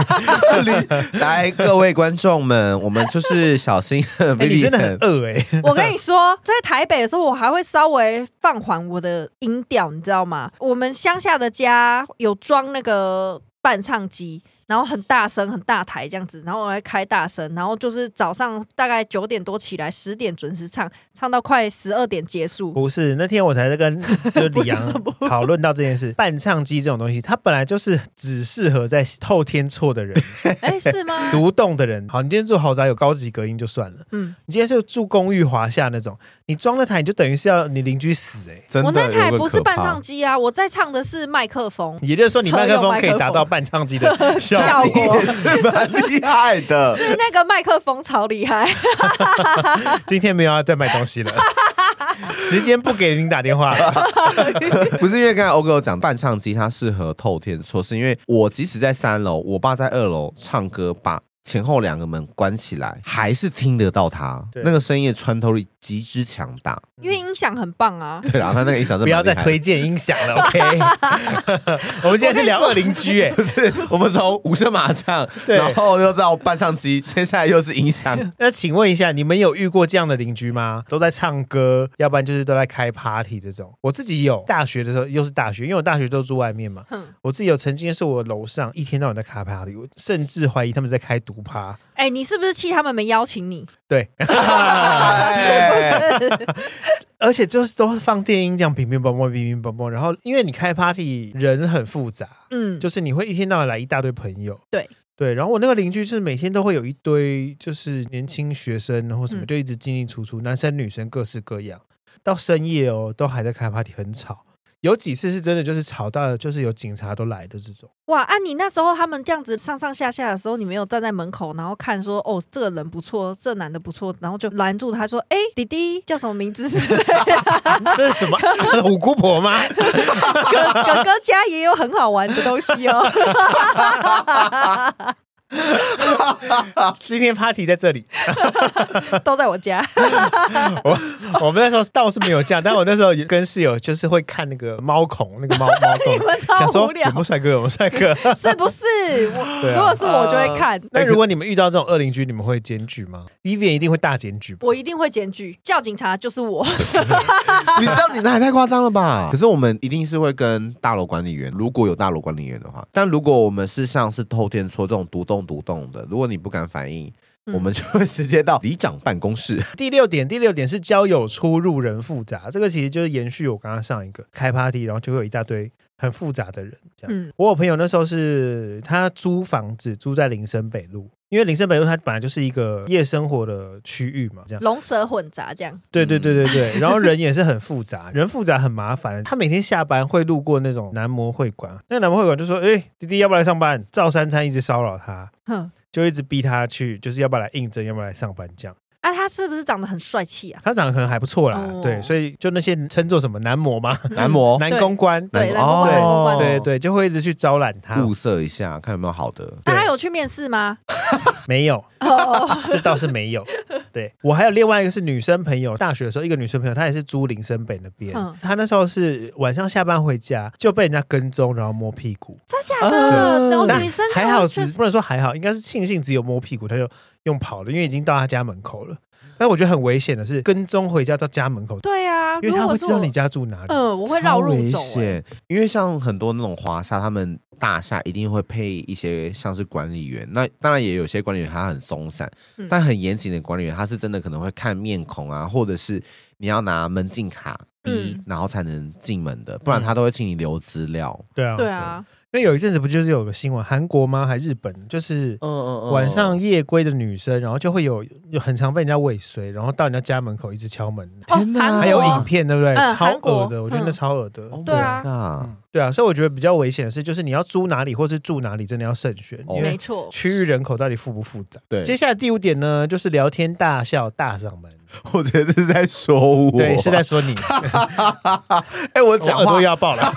S3: 来，各位观众们，我们就是 小心。
S1: 哎、你真的很
S3: Vivian
S1: 饿哎、
S2: 我跟你说，在台北的时候，我还会稍微放缓我的音调，你知道吗？我我们乡下的家有装那个伴唱机，然后很大声、很大台这样子，然后我还开大声，然后就是早上大概九点多起来，十点准时唱，唱到快十二点结束。
S1: 不是，那天我才在 跟就是
S2: 不
S1: 李
S2: 是
S1: 阳
S2: 什么
S1: 讨论到这件 事，伴唱机这种东西，它本来就是只适合在透天错的人、
S2: 哎，是 吗？
S1: 独栋的人。好，你今天住豪宅有高级隔音就算了，
S2: 嗯，
S1: 你今天是住公寓华夏那种，你装了台你就等于是要你邻居死哎、
S3: 真
S2: 我
S3: 的
S2: 那台不是伴唱
S3: 上
S2: 机啊，我在唱的是麦克风。
S1: 也就是说，你麦克风可以达
S2: 车用麦克
S1: 到
S2: 风
S1: 伴唱机 的效
S2: 效
S1: 果
S2: 果。
S3: 也是 蛮厉害 的。
S2: 是那个麦克风超厉害，
S1: 今天没有要再卖东西 了，时间不给您打电话了。
S3: 不是因为刚才欧哥有讲伴唱机它适合透天错，是因为我即使在三楼，我爸在二楼唱歌，把前后两个门关起来，还是听得到他
S1: 对
S3: 那个声音的穿透力极之强大。
S2: 因为音响很棒啊。
S3: 对啦，他那个音响真的
S1: 不要再
S3: 蛮厉害的
S1: 推。荐音响了，OK？我们今天是聊二邻居、哎，
S3: 不是，我们从无声麻将，
S1: 对
S3: 然后又到伴唱机，接下来又是音响，
S1: 那请问一下，你们有遇过这样的邻居吗？都在唱歌，要不然就是都在开 party 这种。我自己有，大学的时候又是大学，因为我大学都住外面嘛。
S2: 哼
S1: 我自己有曾经是我楼上一天到晚在开 party，我甚至怀疑他们在开毒趴。
S2: 哎、你是不是气他们没邀请你？
S1: 对，
S3: 哎
S1: 而且就是都是放电音，这样乒乒乓乓，乒乒乓乓。然后因为你开 party 人很复杂，
S2: 嗯，
S1: 就是你会一天到晚来一大堆朋友，
S2: 对
S1: 对。然后我那个邻居就是每天都会有一堆就是年轻学生或什么，
S2: 嗯
S1: 就一直进进出出，男生女生各式各样，到深夜哦都还在开 party，很吵。有几次是真的就是吵到就是有警察都来的这 种，
S2: 哇！啊，你那时候他们这样子上上下下的时候，你没有站在门口，然后看说哦，这个人不错，这男的不错，然后就拦住他说：“哎、弟弟叫什么名字？
S1: 这是什么五姑婆吗？
S2: 哥哥哥家也有很好玩的东西哦。
S1: 今天 party 在这里。”
S2: 都在我家。
S1: 我我们那时候倒是没有这样，但我那时候也跟室友就是会看那个猫孔，那个猫 猫洞
S2: 们，超
S1: 想说
S2: 无聊
S1: 有没有帅哥，有没有帅 哥。
S2: 是不是？我
S1: 对啊呃
S2: 如果是我就会看，
S1: 那如果你们遇到这种恶邻居，你们会检举吗？Vivian 一定会大检举吧。
S2: 我一定会检举，叫警察就是我。
S3: 你这样子那也太夸张了吧？可是我们一定是会跟大楼管理员，如果有大楼管理员的话，但如果我们是像是透天戳这种独栋独栋的，如果你不敢反应。
S2: 嗯
S3: 我们就会直接到里长办公室，
S1: 第六点，第六点是交友出入人复杂，这个其实就是延续我刚刚上一个开 party，然后就会有一大堆很复杂的人这样。
S2: 嗯
S1: 我有朋友那时候是他租房子住在林森北路，因为林森北路它本来就是一个夜生活的区域嘛，这样。
S2: 龙蛇混杂这样，
S1: 对对对对对，然后人也是很复杂，人复杂很麻烦。他每天下班会路过那种男模会馆，那个男模会馆就说：“哎、弟弟要不要来上班？”赵三餐一直骚扰他，
S2: 哼。
S1: 就一直逼他去，就是要不要来应征，要不要来上班这样。
S2: 啊，他是不是长得很帅气啊？
S1: 他长得可能还不错啦，
S2: 哦
S1: 对，所以就那些称作什么男模嘛、
S3: 男模
S1: 男公关，
S2: 对，
S3: 男
S2: 蓝公关，蓝公
S3: 哦
S2: 关。
S1: 对对，就会一直去招揽他。
S3: 物色一下，看有没有好的。
S2: 啊他有去面试吗？
S1: 啊没有，
S2: 哦，
S1: 这倒是没有。对我还有另外一个是女生朋友，大学的时候一个女生朋友，她也是租林森北那边
S2: 嗯，
S1: 她那时候是晚上下班回家就被人家跟踪，然后摸屁股。
S2: 真假的？
S3: 嗯
S2: 然后
S1: 但
S2: 哦女生
S1: 还好
S2: 就
S1: 只，不能说还好，应该是庆幸只有摸屁股，他就用跑了，因为已经到他家门口了。但我觉得很危险的是跟踪回家到家门口，
S2: 对啊，
S1: 因为他
S2: 如
S1: 会
S2: 果
S1: 知
S2: 是
S1: 道
S2: 我
S1: 你，家住哪里。
S2: 嗯，我会绕路
S3: 危
S2: 走。欸
S3: 险，因为像很多那种华夏，他们大厦一定会配一些像是管理员，那当然也有些管理员他很松散，
S2: 嗯
S3: 但很严谨的管理员，他是真的可能会看面孔啊，或者是你要拿门禁卡逼，
S2: 嗯
S3: 然后才能进门的，
S1: 嗯
S3: 不然他都会请你留资料。
S1: 对啊，
S2: 对啊，
S1: 因为有一阵子不就是有个新闻，韩国吗？还日本？就是
S3: 嗯嗯嗯
S1: 晚上夜归的女生，然后就会有有很常被人家尾随，然后到人家家门口一直敲门，
S2: 哦
S3: 天哪
S2: 韩国
S1: 还有影片，对不对？超
S2: 嗯韩国
S1: 恶的，我觉得那
S2: 嗯
S1: 超恶的。
S2: 对啊
S3: Oh my god
S1: 嗯，对啊，所以我觉得比较危险的是，就是你要租哪里或是住哪里，真的要慎选，
S3: 哦
S1: 因
S2: 没
S1: 为
S2: 错，
S1: 区域人口到底复不复杂。
S3: 对
S1: 接下来第五点呢，就是聊天大笑大嗓门，
S3: 我觉得是在说我，
S1: 对，是在 说你，
S3: 哎、我
S1: 我
S3: 讲
S1: 耳朵
S3: 话
S1: 又要爆了。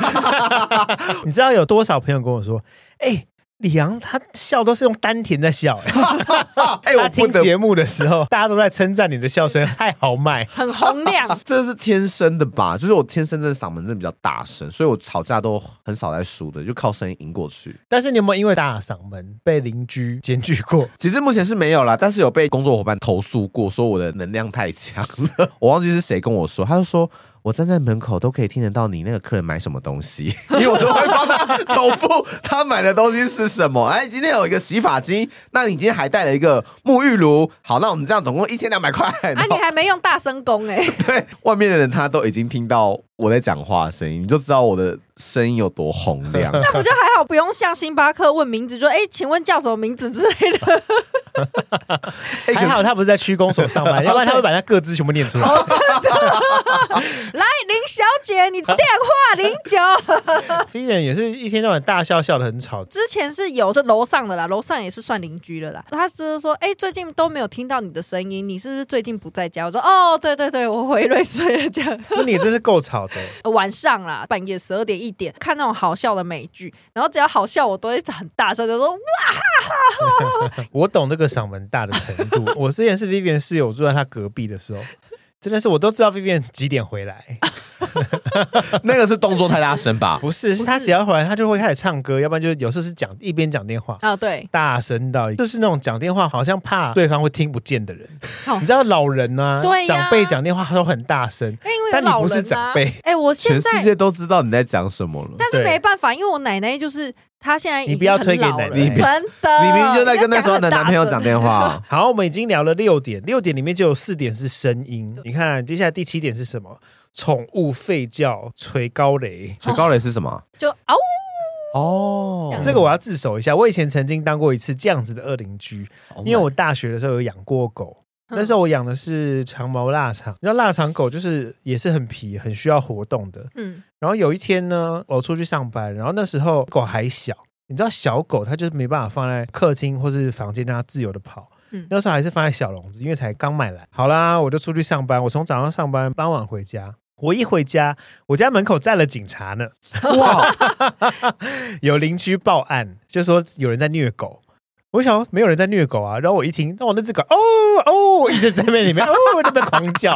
S1: 你知道有多少朋友跟我说，哎、李阳他笑都是用丹田在笑、哎
S3: 哎、
S1: 他
S3: 我不
S1: 听
S3: 得
S1: 节目的时候， 大家都在称赞你的笑声太豪迈。
S2: 很洪 亮。啊
S3: 这是天生的吧？就是我天生真的嗓门真的比较大声，所以我吵架都很少在输的，就靠声音赢过去。
S1: 但是你有没有因为大嗓门被邻居检举过？
S3: 其实目前是没有啦，但是有被工作伙伴投诉过，说我的能量太强了。我忘记是谁跟我说，他就说我站在门口都可以听得到你那个客人买什么东西， 因为我都会帮他重复他买的东西是什么。哎，今天有一个洗发精，那你今天还带了一个沐浴炉，好，那我们这样总共一千两百块。
S2: 啊，
S3: 然
S2: 你
S3: 后
S2: 还没用大声公哎、
S3: 对 外面的人他都已经听到我在讲话的声音，你就知道我的声音有多洪 亮。哎
S2: 那我就还好，不用像星巴克问名字，就哎、请问叫什么名字之类的。
S3: 哎可
S1: 还
S3: 是
S1: 好他不是在哦区公所上 班，要不然他会把那各自全部念出来。
S2: 来，林小姐，你电话零九。
S1: 飞远也是一天到晚大笑，笑的很吵。
S2: 之前是有是楼上的啦，楼上也是算邻居的啦。他就是说，哎、最近都没有听到你的声音，你是不是最近不在家？我说，哦，对对对，我回瑞穗了，这样。
S1: 那你也真是够吵的。
S2: 呃晚上啦，半夜十二点一点看那种好笑的美剧，然后只要好笑，我都会很大声的说哇，
S1: 我懂那个嗓门大的程度。 我之前是 Vivian 室友，我住在他隔壁的时候，真的是我都知道 Vivian 几点回来。
S3: 那个是动作太大声吧？
S1: 不是，是他只要回来，他就会开始唱歌，要不然就有时候是讲一边讲电话。
S2: 啊、对，
S1: 大声到就是那种讲电话，好像怕对方会听不见的人
S2: 好。
S1: 你知道老人啊，
S2: 对呀
S1: 长辈讲电话都很大声，
S2: 哎因为有
S1: 但你
S2: 老
S1: 不
S2: 人
S1: 是
S2: 啊
S1: 长辈，
S2: 哎、我
S3: 全
S2: 现在
S3: 世界都知道你在讲什么了。
S2: 但是
S1: 对
S2: 没办法，因为我奶奶就是她现在已
S1: 你
S2: 经
S1: 不要
S2: 很
S1: 推给
S2: 老
S1: 奶
S2: 了哎
S1: 奶。
S3: 你不
S2: 真的，
S3: 你明明就在跟那时候的男朋友呃讲
S2: 你
S3: 电话
S1: 好，我们已经聊了六点，六点里面就有四点是声音。你看，接下来第七点是什么？宠物吠叫、锤高雷。
S3: 吹高雷是什么？
S2: 要讲很大声，就嗷呜，
S3: 哦
S1: 这个我要自首一下，我以前曾经当过一次这样子的恶邻居，因为我大学的时候有养过狗，
S2: 嗯
S1: 那时候我养的是长毛腊肠，你知道腊肠狗就是也是很皮，很需要活动的。
S2: 嗯，
S1: 然后有一天呢，我出去上班，然后那时候狗还小，你知道小狗它就是没办法放在客厅或是房间让它自由的跑。
S2: 嗯
S1: 那时候还是放在小笼子，因为才刚买来。好啦，我就出去上班，我从早上上班，傍晚回家。我一回家，我家门口站了警察呢，
S3: 哇，
S1: 有邻居报案，就说有人在虐狗。我想说没有人在虐狗啊，然后我一听，那我那只狗哦哦一直在那里面哦在那边狂叫，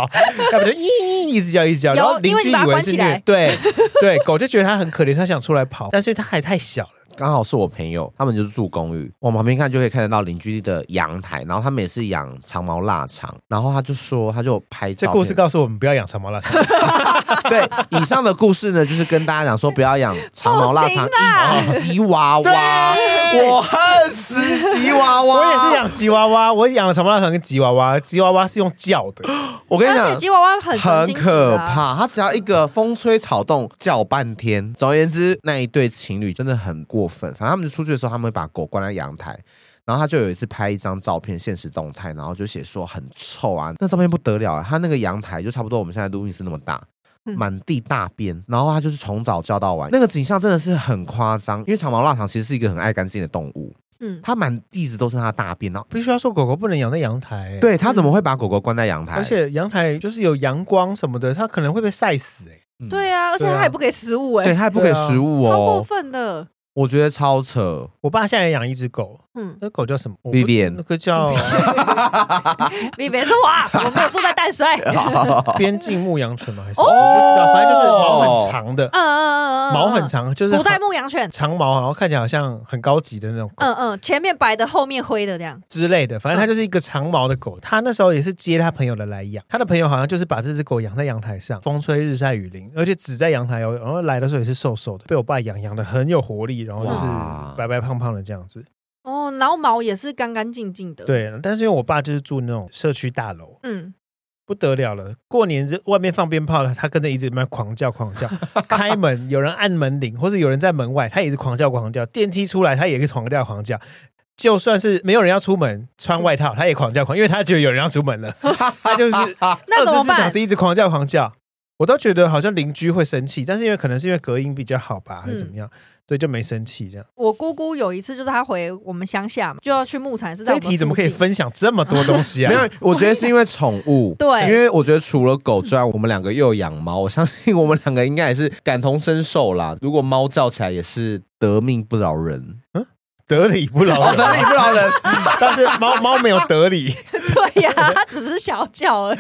S1: 要不就咦咦一直叫一直叫，
S2: 有
S1: 然后邻居
S2: 因为你把它
S1: 以为
S2: 关
S1: 是
S2: 起来
S1: 虐，对对，狗就觉得它很可怜，它想出来跑，但是它还太小了。
S3: 刚好是我朋友，他们就是住公寓，往旁边看就可以看得到邻居的阳台，然后他们也是养长毛腊肠，然后他就说，他就拍
S1: 这
S3: 照片
S1: 故事告诉我们不要养长毛腊肠，
S3: 对以上的故事呢，就是跟大家讲说不 要养长毛腊肠
S2: 不行啦
S3: 以及吉娃娃，
S1: 对
S3: 我恨死吉娃
S1: 我
S3: 娃，
S1: 也是，养吉娃娃，我养了长毛腊肠跟吉娃娃，吉娃娃是用叫的，
S3: 我跟你
S2: 而
S3: 讲
S2: 且。吉娃娃很神
S3: 很
S2: 经质
S3: 可
S2: 啊，
S3: 怕，他只要一个风吹草动叫半天。总而言之，那一对情侣真的很过分。反正他们出去的时候，他们会把狗关在阳台，然后他就有一次拍一张照片，现实动态，然后就写说很臭啊，那照片不得了啊，他那个阳台就差不多我们现在录音室那么大。
S2: 嗯
S3: 满地大便，然后他就是从早叫到晚，那个景象真的是很夸张。因为长毛腊肠其实是一个很爱干净的动物，
S2: 嗯，
S3: 它满地子都是它的大便，然后
S1: 必须要说狗狗不能养在阳台、欸，
S3: 对它嗯怎么会把狗狗关在阳台？
S1: 而且阳台就是有阳光什么的，它可能会被晒死、欸，
S3: 嗯，
S2: 对啊，而且
S1: 对
S2: 她
S1: 啊
S2: 也不给食物哎、
S3: 对，它也不
S1: 对
S3: 给
S1: 啊
S3: 食物
S2: 超过
S3: 哦，
S2: 分的，
S3: 我觉得超扯。
S1: 我爸现在也养一只狗，
S2: 嗯，
S1: 那狗叫什么
S3: Vivian
S1: 我不那个叫
S2: 你别说我啊，我没有住在淡 水，嗯
S1: 边境牧羊犬吗？还是我不知道，反正就是毛很长的，
S2: 哦嗯嗯嗯，
S1: 毛很，长，就是
S2: 古代牧羊 犬，
S1: 长毛，然后看起来好像很高级的那种狗
S2: 嗯嗯，前面白的，后面灰的这样，
S1: 之类的。反正它就是一个长毛的狗。他那时候也是接他朋友的来养，他的朋友好像就是把这只狗养在阳台上，风吹日晒雨淋，而且只在阳台哦。然后来的时候也是瘦瘦的，被我爸养养的很有活力，然后就是
S3: 哇
S1: 白白胖胖的这样子。
S2: 哦，然后毛也是干干净净的，，
S1: 对，但是因为我爸就是住那种社区大楼，
S2: 嗯，
S1: 不得了了！过年这外面放鞭炮了，他跟着一直在那狂叫狂叫，开门有人按门铃，或是有人在门外，他也是狂叫狂叫。电梯出来，他也是狂叫狂叫。就算是没有人要出门，穿外套，他也狂叫狂，因为他觉得有人要出门 了，他就是
S2: 那
S1: 二
S2: 怎么
S1: 十四
S2: 办
S1: 小时一直狂叫狂叫。我都觉得好像邻居会生气，但是因为可能是因为隔音比较好吧，还是怎
S2: 嗯
S1: 么样，对，就没生气这样。
S2: 我姑姑有一次就是她回我们乡下嘛，就要去牧场，是
S1: 这
S2: 在我
S1: 一
S2: 们
S1: 题怎么
S2: 附
S1: 可以
S2: 近？
S1: 分享这么多东西啊？
S3: 没有，我觉得是因为宠物。
S2: 对
S3: 因为我觉得除了狗之外，我们两个又有养猫，我相信我们两个应该也是感同身受啦。如果猫叫起来，也是得命不饶人，
S1: 得理不饶 人，
S3: 得理不饶人。
S1: 但是猫猫没有得理。
S2: 对呀、她只是小叫而已。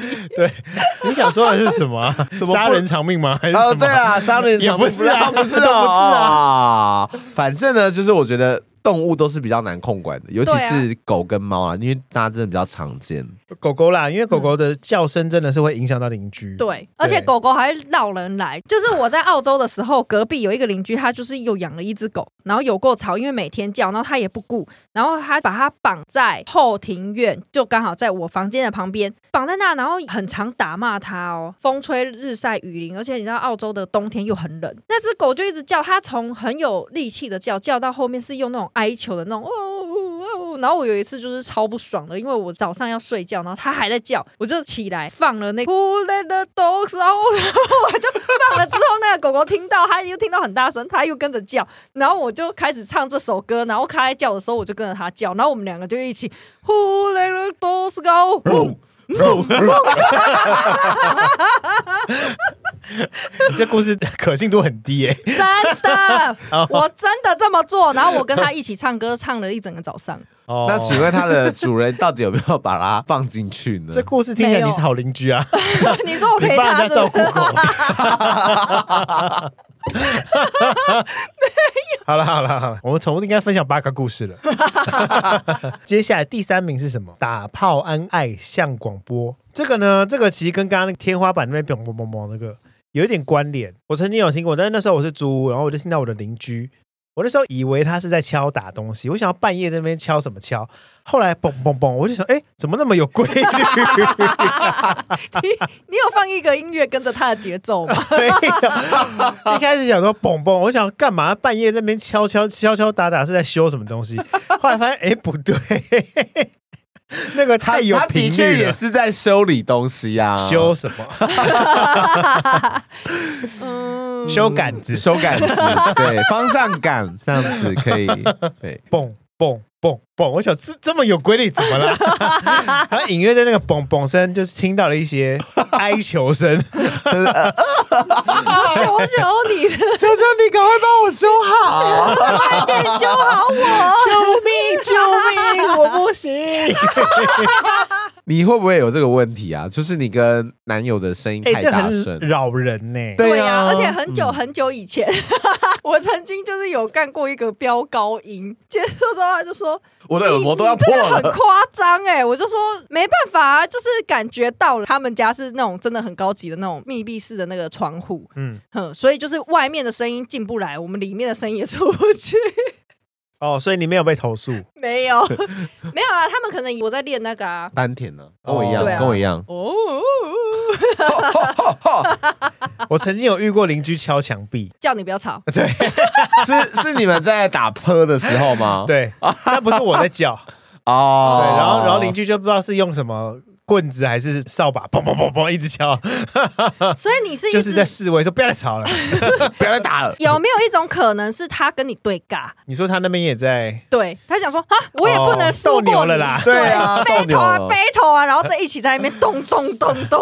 S1: 你想说的是什 么啊？
S3: 么不
S1: 杀人偿命吗？还是 什么？
S3: 哦，对啦，杀人
S1: 也不是啊
S3: 不是
S1: 都不是啊
S3: 啊，啊。反正呢，就是我觉得动物都是比较难控管的，尤其
S2: 对啊
S3: 是狗跟猫啊，因为大家真的比较常见。
S1: 狗狗啦，因为狗狗的叫声真的是会影响到邻居。
S2: 对，而且狗狗还会闹人来。就是我在澳洲的时候，隔壁有一个邻居，他就是又养了一只狗，然后有够吵，因为每天叫，然后他也不顾，然后他把它绑在后庭院，就刚好在我房间的旁边绑在那，然后很常打骂他哦，风吹日晒雨淋，而且你知道澳洲的冬天又很冷，那只狗就一直叫，它从很有力气的叫，叫到后面是用那种哀求的那种哦哦哦，然后我有一次就是超不爽的，因为我早上要睡觉，然后它还在叫，我就起来放了那个 Who let the dogs out，然后我就放了之后，那个狗狗听到，它又听到很大声，它又跟着叫，然后我就开始唱这首歌，然后它在叫的时候，我就跟着它叫，然后我们两个就一起 Who let the dogs out，
S1: 你这故事可信度很低耶、
S2: 真 的，
S1: 哦
S2: 我真的这么做，然后我跟它一起唱歌，唱了一整个早上。
S1: 哦
S3: 那请问它的主人到底有没有把它放进去呢？
S1: 这故事听起来你是好邻居啊，
S2: 你说我
S1: 你
S2: 陪
S1: 帮
S2: 他
S1: 人家照
S2: 是
S1: 顾
S2: 不是？
S1: 狗。好了好了好了，我们宠物应该分享八个故事了。接下来第三名是什么？打炮安爱向广播。这个呢，这个其实跟刚刚那个天花板那边砰砰砰砰那个有一点关联。我曾经有听过，但是那时候我是租屋，然后我就听到我的邻居，我那时候以为他是在敲打东西，我想要半夜在那边敲什么敲，后来砰砰砰，我就想，哎，怎么那么有规律？
S2: 你你有放一个音乐跟着他的节奏 吗？
S1: 没有，一开始想说蹦蹦，我想干嘛？半夜那边敲敲敲敲打打是在修什么东西？后来发现，哎、不对， 那个
S3: 它
S1: 太有
S3: 它的
S1: 频
S3: 确
S1: 率
S3: 也
S1: 了。
S3: 是在修理东西啊，
S1: 修什么？
S2: 嗯，
S1: 修杆子，
S3: 修杆 子，对，方向感这样子可 以，对。
S1: 蹦蹦蹦蹦。我想这这么有规律，怎么了？他隐约在那个蹦蹦声，就是听到了一些哀求声。
S2: 我求求你，
S3: 求求你赶快帮我修好！
S2: 快点修好我！
S1: 救命！救命！我不 行。
S3: 你会不会有这个问题啊？就是你跟男友的声音
S1: 哎、
S3: 太
S1: 这
S3: 大
S1: 很
S3: 声，
S1: 扰人呢、
S3: 对
S2: 呀、
S3: 啊
S2: 而且很久很久以前， 我曾经就是有干过一个飙高音，结束之后他就说
S3: 我的耳膜都要破
S2: 你真的很
S3: 了。
S2: 夸张哎！我就说没办法啊，就是感觉到了，他们家是那种真的很高级的那种密闭式的那个窗户，
S1: 嗯，
S2: 哼，所以就是外面的声音进不来，我们里面的声音也出不去。
S1: 哦，所以你没有被投诉。
S2: 没有， 没有啊，他们可能以为我在练那个啊。
S3: 丹田呢？跟我一
S1: 哦
S3: 样，
S1: 对
S2: 啊
S3: 跟我一样。
S2: 哦，
S1: 我曾经有遇过邻居敲墙壁，
S2: 叫你不要 吵，
S3: 是是你们在打泼的时候 吗？
S1: 对，但不是我在叫，对，
S3: 哦，
S1: 然后然后邻居就不知道是用什么棍子还是扫把，砰砰砰砰一直 敲，
S2: 所以你是一
S1: 就
S2: 直
S1: 是在示威说不要再吵了。
S3: 不要再打了。
S2: 有没有一种可能是他跟你对尬？
S1: 你说他那边也在，
S2: 对他想说啊，我也不能输
S1: 哦斗牛
S2: 过你
S1: 了啦
S2: 对
S3: 对啊斗牛
S2: battle 啊
S3: 了
S2: battle 啊，然后再一起在那边咚咚咚 咚，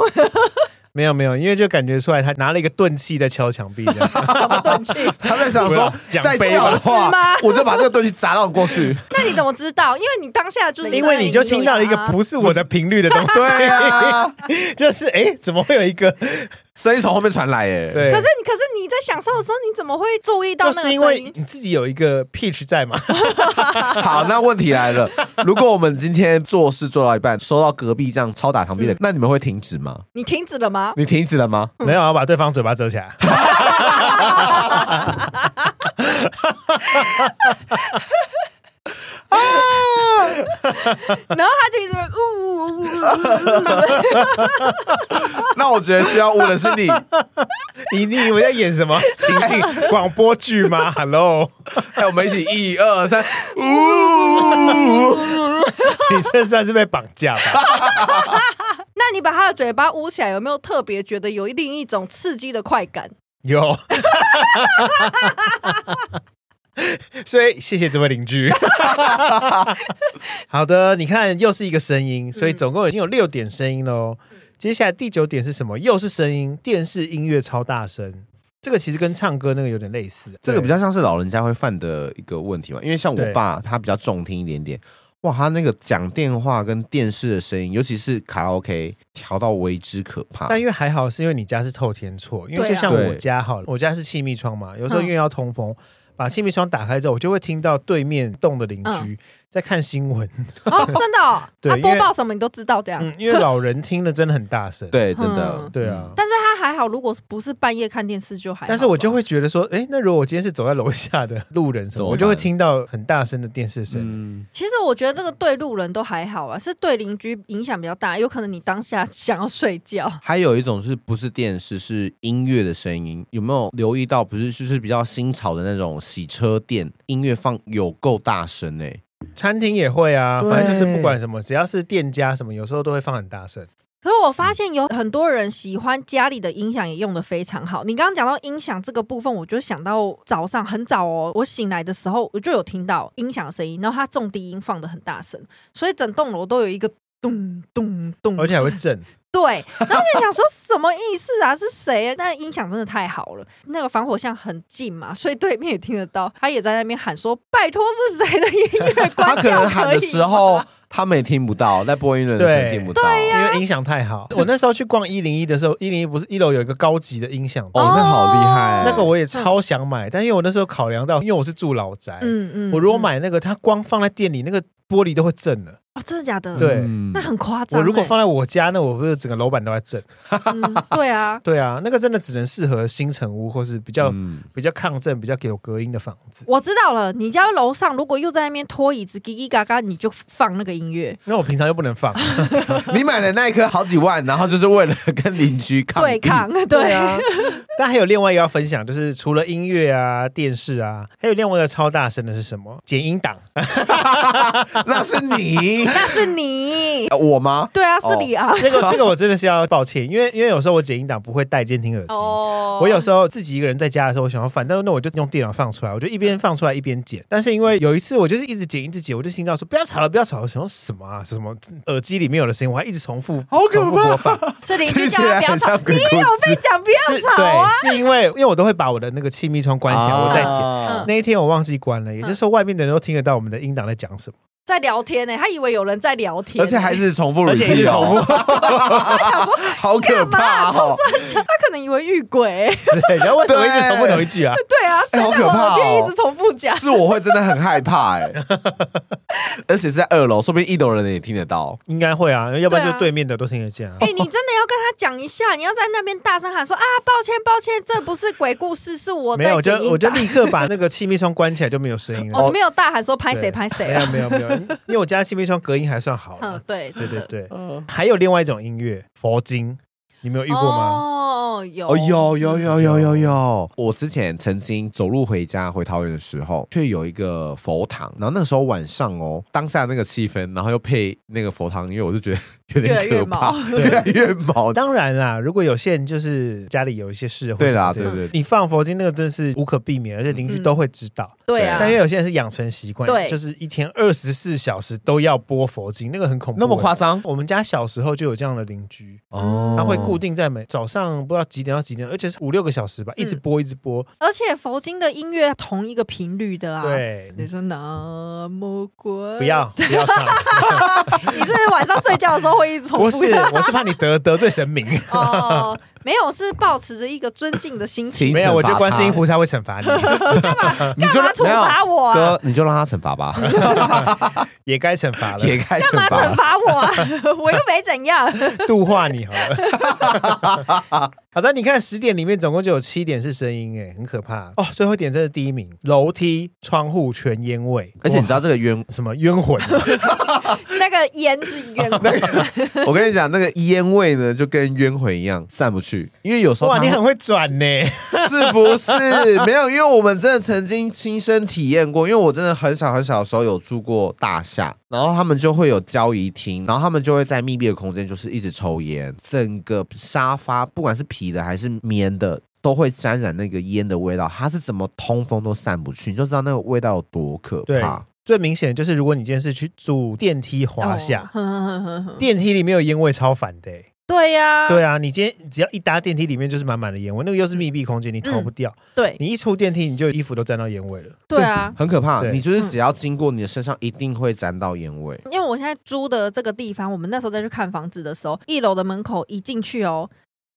S1: 没有没有，因为就感觉出来他拿了一个钝器在敲墙壁这样。
S2: 什么东西？
S3: 他在想
S1: 不要
S3: 说，
S1: 讲
S3: 再
S1: 飞
S3: 叫的
S1: 吧
S2: 是吗
S3: 话，我就把这个东西砸到过去。
S2: 那你怎么知道？因为你当下就是
S1: 因为你
S2: 啊
S1: 就听到了一个
S2: 不。
S1: 不是我的频率的东西，
S3: 对啊，
S1: 就是哎、诶怎么会有一个？
S3: 声音从后面传来耶。
S1: 对，
S2: 可是你，可是你在享受的时候，你怎么会注意到
S1: 就
S2: 那个
S1: 是因
S2: 声
S1: 为
S2: 音？
S1: 你自己有一个 pitch 在 嘛，
S3: 好，那问题来了，如果我们今天做事做到一半，收到隔壁这样敲打墙壁的，那你们会停止吗？
S2: 你停止 了吗？
S3: 你停止了吗？
S1: 没有要把对方嘴巴遮起来。
S2: 然后他就一直呜呜呜呜，
S3: 那我觉得需要问的是你，
S1: 你你以为在演什么情境广播剧吗？Hello，
S3: 哎，我们一起一二三，
S1: 你这算是被绑架吧？
S2: 那你把他的嘴巴捂起来，有没有特别觉得有另一种刺激的快 感？
S1: 有。所以谢谢这位邻 居。好的，你看又是一个声
S2: 嗯
S1: 音，所以总共已经有六点声音喽。接下来第九点是什么？又是声音，电视音乐超大声。这个其实跟唱歌那个有点类似，
S3: 这个比
S1: 对
S3: 较像是老人家会犯的一个问题嘛，因为像我
S1: 对
S3: 爸他比较重听一点点，哇，他那个讲电话跟电视的声音，尤其是卡拉 OK 调到为之可怕。
S1: 但因为还好，是因为你家是透天厝，因为
S2: 对啊嗯
S1: 就像我
S3: 对
S1: 家好了，我家是气密窗嘛，有时候因为要通风，把气密窗打开之后，我就会听到对面栋的邻
S2: 嗯
S1: 居在看新闻。
S2: 哦，真的、哦，
S1: 对
S2: 他
S1: 因
S2: 播
S1: 为
S2: 报什么你都知道这样。
S1: 嗯，因为老人听的真的很大声。
S3: 对，真的
S2: 嗯，
S1: 对啊。
S2: 但是他还好，如果不是半夜看电视就还好吧。
S1: 但是我就会觉得说，哎，那如果我今天是走在楼下的路人什
S3: 怎
S1: 么，
S3: 么
S1: 我就会
S3: 办
S1: 听到很大声的电视声。
S3: 嗯，
S2: 其实我觉得这个对路人都还好啊，是对邻居影响比较大。有可能你当下 想要睡觉，
S3: 还有一种是不是电视是音乐的声音？有没有留意到？不是就是比较新潮的那种洗车店，音乐放有够大声哎、
S1: 餐厅也会啊，
S3: 对
S1: 反正就是不管什么，只要是店家什么，有时候都会放很大声。
S2: 可是我发现有很多人喜欢家里的音响也用的非常好。你刚刚讲到音响这个部分，我就想到早上很早哦，我醒来的时候我就有听到音响声音，然后它重低音放的很大声，所以整栋楼都有一个咚咚咚，
S1: 而且还会
S2: 就是
S1: 震，
S2: 对。然后就想说什么意思啊？是谁啊？但音响真的太好了，那个防火巷很近嘛，所以对面也听得到，他也在那边喊说：“拜托是谁的音乐
S3: 他
S2: 关
S3: 可
S2: 掉
S3: 能喊的
S2: 以
S3: 时
S2: 吗
S3: 候，他们也听不到，在播音人可能
S1: 对
S3: 听不到。
S1: 因为音响太好。我那时候去逛一零一的时候，一零一不是一楼有一个高级的音响
S3: 哦，那好厉害！
S1: 那个我也超想买，但因为我那时候考量到，因为我是住老宅，
S2: 嗯嗯，
S1: 我如果
S2: 嗯
S1: 买那个，它光放在店里，那个玻璃都会震了。
S2: 哦，真的假的？
S1: 对
S3: 嗯
S2: 那很夸张欸、
S1: 我如果放在我家，那我不是整个楼板都在震？，
S2: 嗯，对啊
S1: 对啊，那个真的只能适合新城屋或是比较、
S3: 嗯
S1: 比较抗震、比较有隔音的房子。
S2: 我知道了。你家楼上如果又在那边拖椅子，叽叽嘎嘎，你就放那个音乐。
S1: 那我平常又不能放，
S3: 你买了那一颗好几万，然后就是为了跟邻居抗
S2: 对
S3: 议
S2: 抗，对啊，
S1: 但还有另外一个要分享，就是除了音乐啊、电视啊，还有另外一个超大声的是什么？剪音档。
S3: 那是你
S2: 那是你，
S3: 呃我吗？
S2: 对啊，是你啊。
S1: 这 个这个我真的是要抱歉，因为因为有时候我剪音档不会带监听耳机。
S2: 哦
S1: 我有时候自己一个人在家的时候，我想要反正那我就用电脑放出来，我就一边放出来一边剪。但是因为有一次我就是一直剪一直剪，我就听到说不要吵了不要吵了，我想说什么啊什么耳机里面有的声音，我还一直重复
S3: 好可
S1: 重复
S3: 怕
S1: 播放。
S2: 是邻居
S3: 听起
S2: 叫他
S3: 来
S2: 不要
S3: 很
S2: 吵
S3: 像，鬼故
S2: 被
S3: 事。
S2: 讲不
S1: 是
S2: 要吵啊。
S1: 对，是因为因为我都会把我的那个气密窗关起来，我再剪。
S2: 嗯
S3: 啊
S1: 那一天我忘记关了，也就是说外面的人都听得到我们的音档在讲什么，
S2: 在聊天呢、欸他以为有人在聊天、
S3: 而且还是重复 repeat 哦，
S1: 而且一直重复
S2: 他想说
S3: 好可
S2: 干嘛
S3: 怕哦！
S2: 他可能以为遇鬼、
S1: 之类的。为什么一直重复同一句啊？
S2: 对啊，谁
S3: 哎好
S2: 在
S3: 可
S2: 我
S3: 怕
S2: 耳边
S3: 哦
S2: 一直重复讲？
S3: 是我会真的很害怕哎，而且是在二楼，说不定一楼人也听得到。
S1: 应该会啊，要不然
S2: 对啊
S1: 就对面的都听得见啊。
S2: 哎、你真的要跟他讲一下，你要在那边大声喊说啊，抱歉，抱歉，这不是鬼故事，是我
S1: 没有，
S2: 在
S1: 我就
S2: 剪音
S1: 我就
S2: 档。
S1: 立刻把那个气密窗关起来，就没有声音了。
S2: 哦，你没有大喊说拍谁
S1: 对
S2: 拍谁
S1: 没
S2: 啊？
S1: 有没有没有，因为我家的气密窗隔音还算好
S2: 嗯
S1: 了，。
S2: 对，
S1: 对
S2: 真
S1: 对
S2: 的
S1: 对，
S3: 哦，
S1: 还有另外一种音乐，佛经，你们有遇过吗？
S2: 哦，有，
S3: 有有有有有有！我之前曾经走路回家回桃园的时候，却有一个佛堂，然后那个时候晚上哦，当下那个气氛，然后又配那个佛堂音乐，我就觉得有
S2: 越来
S3: 点
S2: 越
S3: 可怕，越来越毛。
S2: 哦
S1: 当然啦，如果有些人就是家里有一些事，
S3: 对啦，对
S1: 对。
S3: 对，对
S1: 你放佛经那个真是无可避免，而且邻
S2: 嗯
S1: 居都会知道。
S2: 对啊
S1: 但，因为有些人是养成习惯，
S2: 对
S1: 就是一天二十四小时都要播佛经，那个很恐怖。
S3: 那么夸张
S1: 我们家小时候就有这样的邻居，
S2: 哦
S1: 他会固定在每早上不知道几点到几点，而且是五六个小时吧，一直播一直播。
S2: 而且佛经的音乐同一个频率的啊。，
S1: 对，
S2: 你说南无观，
S1: 不 要不要唱，
S2: 你是不是晚上睡觉的时候会一直重复。
S1: 不是，我是怕你得得罪神明。
S2: 哦，没有，是保持着一个尊敬的心情。
S3: 请
S1: 没有，
S3: 惩
S1: 我觉
S3: 罚
S1: 得观世
S3: 他
S1: 音菩萨会惩罚你，
S3: 你就
S2: 干嘛处罚我啊
S3: 没有哥，你就让他惩罚吧，
S1: 也该惩罚了，
S3: 也该
S2: 干嘛
S3: 惩
S2: 惩
S3: 罚。
S2: 罚我啊？ 我又没怎样。
S1: 度化你好了。 好的，你看十点里面总共就有七点是声音，哎，很可怕哦。最后一点真是第一名，楼梯、窗户全烟味，
S3: 而且你知道这个冤
S1: 哇什么冤 魂？
S2: 那个烟是冤魂，
S3: 我跟你讲，那个烟味呢，就跟冤魂一样散不去，因为有时候
S1: 哇，
S3: 它
S1: 你很会转呢。
S3: 是不是？没有，因为我们真的曾经亲身体验过，因为我真的很小很小的时候有住过大厦，然后他们就会有交易厅，然后他们就会在密闭的空间就是一直抽烟，整个沙发不管是皮的还是棉的。都会沾染那个烟的味道，它是怎么通风都散不去，你就知道那个味道有多可
S1: 对
S2: 啊
S3: 怕。，
S1: 最明显的就是如果你今天是去住电梯滑
S2: 哦
S1: 下，
S2: 哼哼哼哼
S1: 电梯里面有烟味，超烦的。哎
S2: 哦 对呀、
S1: 对哦啊，你今天只要一搭电梯，里面就是满满的烟味，那个又是密闭空间，你逃不掉。
S2: 对
S1: 你一出电梯，你就衣服都沾到烟味了。
S2: 对啊。
S3: 很可怕。
S1: 对
S3: 你就是只要经过你的身上，一定会沾到烟味。
S2: 因为我现在租的这个地方，我们那时候再去看房子的时候，一楼的门口一进去哦，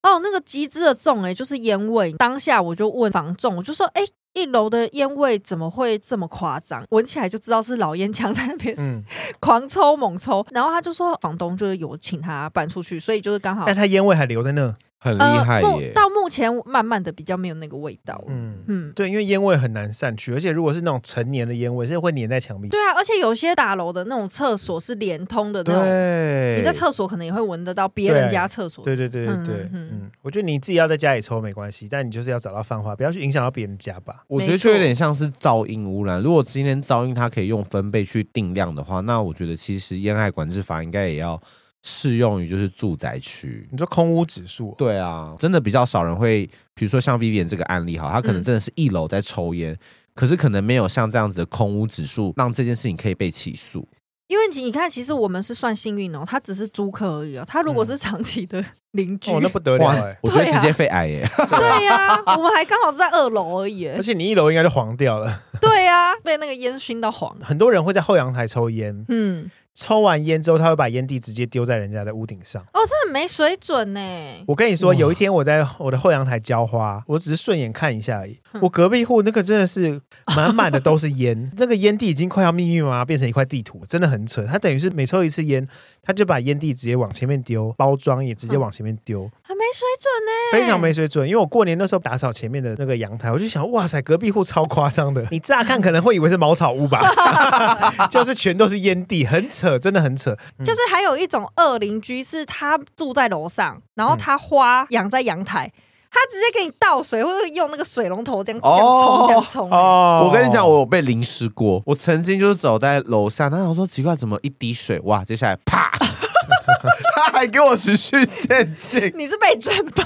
S2: 哦，那个极致的重哎、就是烟味。当下我就问房仲，我就说，哎、一楼的烟味怎么会这么夸张？闻起来就知道是老烟枪在那边
S1: 嗯，
S2: 狂抽猛抽。然后他就说，房东就是有请他搬出去，所以就是刚好
S1: 但它烟味还留在那。
S3: 哎很厉害
S2: 呃，目
S3: 耶。
S2: 到目前慢慢的比较没有那个味道了。
S1: 嗯，
S2: 嗯，
S1: 对，因为烟味很难散去，而且如果是那种成年的烟味，是会粘在墙壁。
S2: 对啊，而且有些大楼的那种厕所是连通的那种，
S3: 对，
S2: 你在厕所可能也会闻得到别人家厕所。
S1: 对对对对对，
S2: 嗯嗯
S1: 嗯，我觉得你自己要在家里抽没关系，但你就是要找到放话，不要去影响到别人家吧。
S3: 我觉得就有点像是噪音污染。如果今天噪音它可以用分贝去定量的话，那我觉得其实烟害管制法应该也要适用于就是住宅区。
S1: 你说空屋指数，哦
S3: 对啊，真的比较少人会，比如说像 Vivian 这个案例哈，他可能
S2: 嗯
S3: 真的是一楼在抽烟，可是可能没有像这样子的空屋指数，让这件事情可以被起诉。
S2: 因为你你看，其实我们是算幸运哦，他只是租客而已哦，他如果
S3: 嗯
S2: 是长期的邻居，
S1: 哦，那不得了哎、
S3: 我觉得
S2: 对啊
S3: 直接肺癌耶、
S2: 对呀、我们还刚好在二楼而已耶
S1: 而，且你一楼应该就黄掉了。
S2: 对呀、被那个烟熏到黄。
S1: 很多人会在后阳台抽烟，
S2: 嗯，
S1: 抽完烟之后，他会把烟蒂直接丢在人家的屋顶上。
S2: 哦，这很没水准呢。
S1: 我跟你说，
S3: 哇
S1: 有一天我在我的后阳台浇花，我只是顺眼看一下而已。我隔壁户那个真的是满满的都是烟， 那个烟蒂已经快要密密麻麻变成一块地图，真的很扯。他等于是每抽一次烟，他就把烟蒂直接往前面丢，包装也直接往前面丢，
S2: 很没水准呢，
S1: 非常没水准。因为我过年那时候打扫前面的那个阳台，我就想，哇塞，隔壁户超夸张的。你乍看可能会以为是茅草屋吧， 就是全都是烟蒂，很扯，真的很扯。
S2: 就是还有一种恶邻居，是他住在楼上，然后
S1: 嗯
S2: 他花养在阳台，他直接给你倒水，或者用那个水龙头这样这样
S3: 哦
S2: 冲这样冲、
S1: 哦
S3: 我跟你讲，我有被淋湿过。我曾经就是走在楼下，然后我说奇怪，怎么一滴水？哇，接下来啪， 他还给我持续渐进。
S2: 你是被震吧？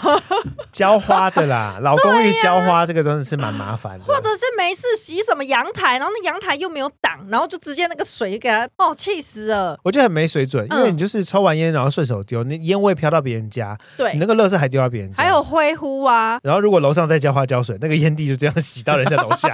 S1: 浇花的啦，老公寓浇花这个真的是蛮麻烦的。
S2: 或者是没事洗什么阳台，然后那阳台又没有挡，然后就直接那个水给他，哦，气死了！
S1: 我觉得很没水准，因为
S2: 嗯
S1: 你就是抽完烟然后顺手丢，那烟味飘到别人家，你
S2: 对
S1: 那，个垃圾还丢到别人家。
S2: 还，有灰呼啊，，
S1: 然后如果楼上再浇花浇水，那个烟蒂就这样 洗到人家楼下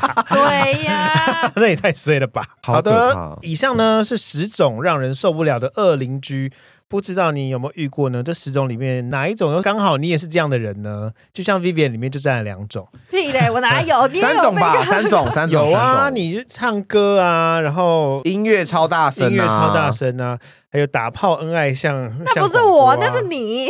S2: 对呀、
S1: 那也太衰了吧！
S3: 好
S1: 好
S3: 可
S1: 的
S3: 怕，
S1: 以上呢是十种让人受不了的恶邻居。不知道你有没有遇过呢？这十种里面哪一种又刚好你也是这样的人呢？就像 Vivian 里面就占了两种，
S2: 屁嘞，我哪有？你也有
S3: 三种
S2: 被
S3: 吧，
S2: 干
S3: 三种，三种，
S1: 有啊，
S3: 三种
S1: 你就唱歌啊，然后
S3: 音乐超大声、啊，
S1: 音乐超大，声啊，还有打炮恩爱像，
S2: 那不
S1: 像
S2: 是
S1: 广播
S2: 我，
S1: 啊
S2: 那是你，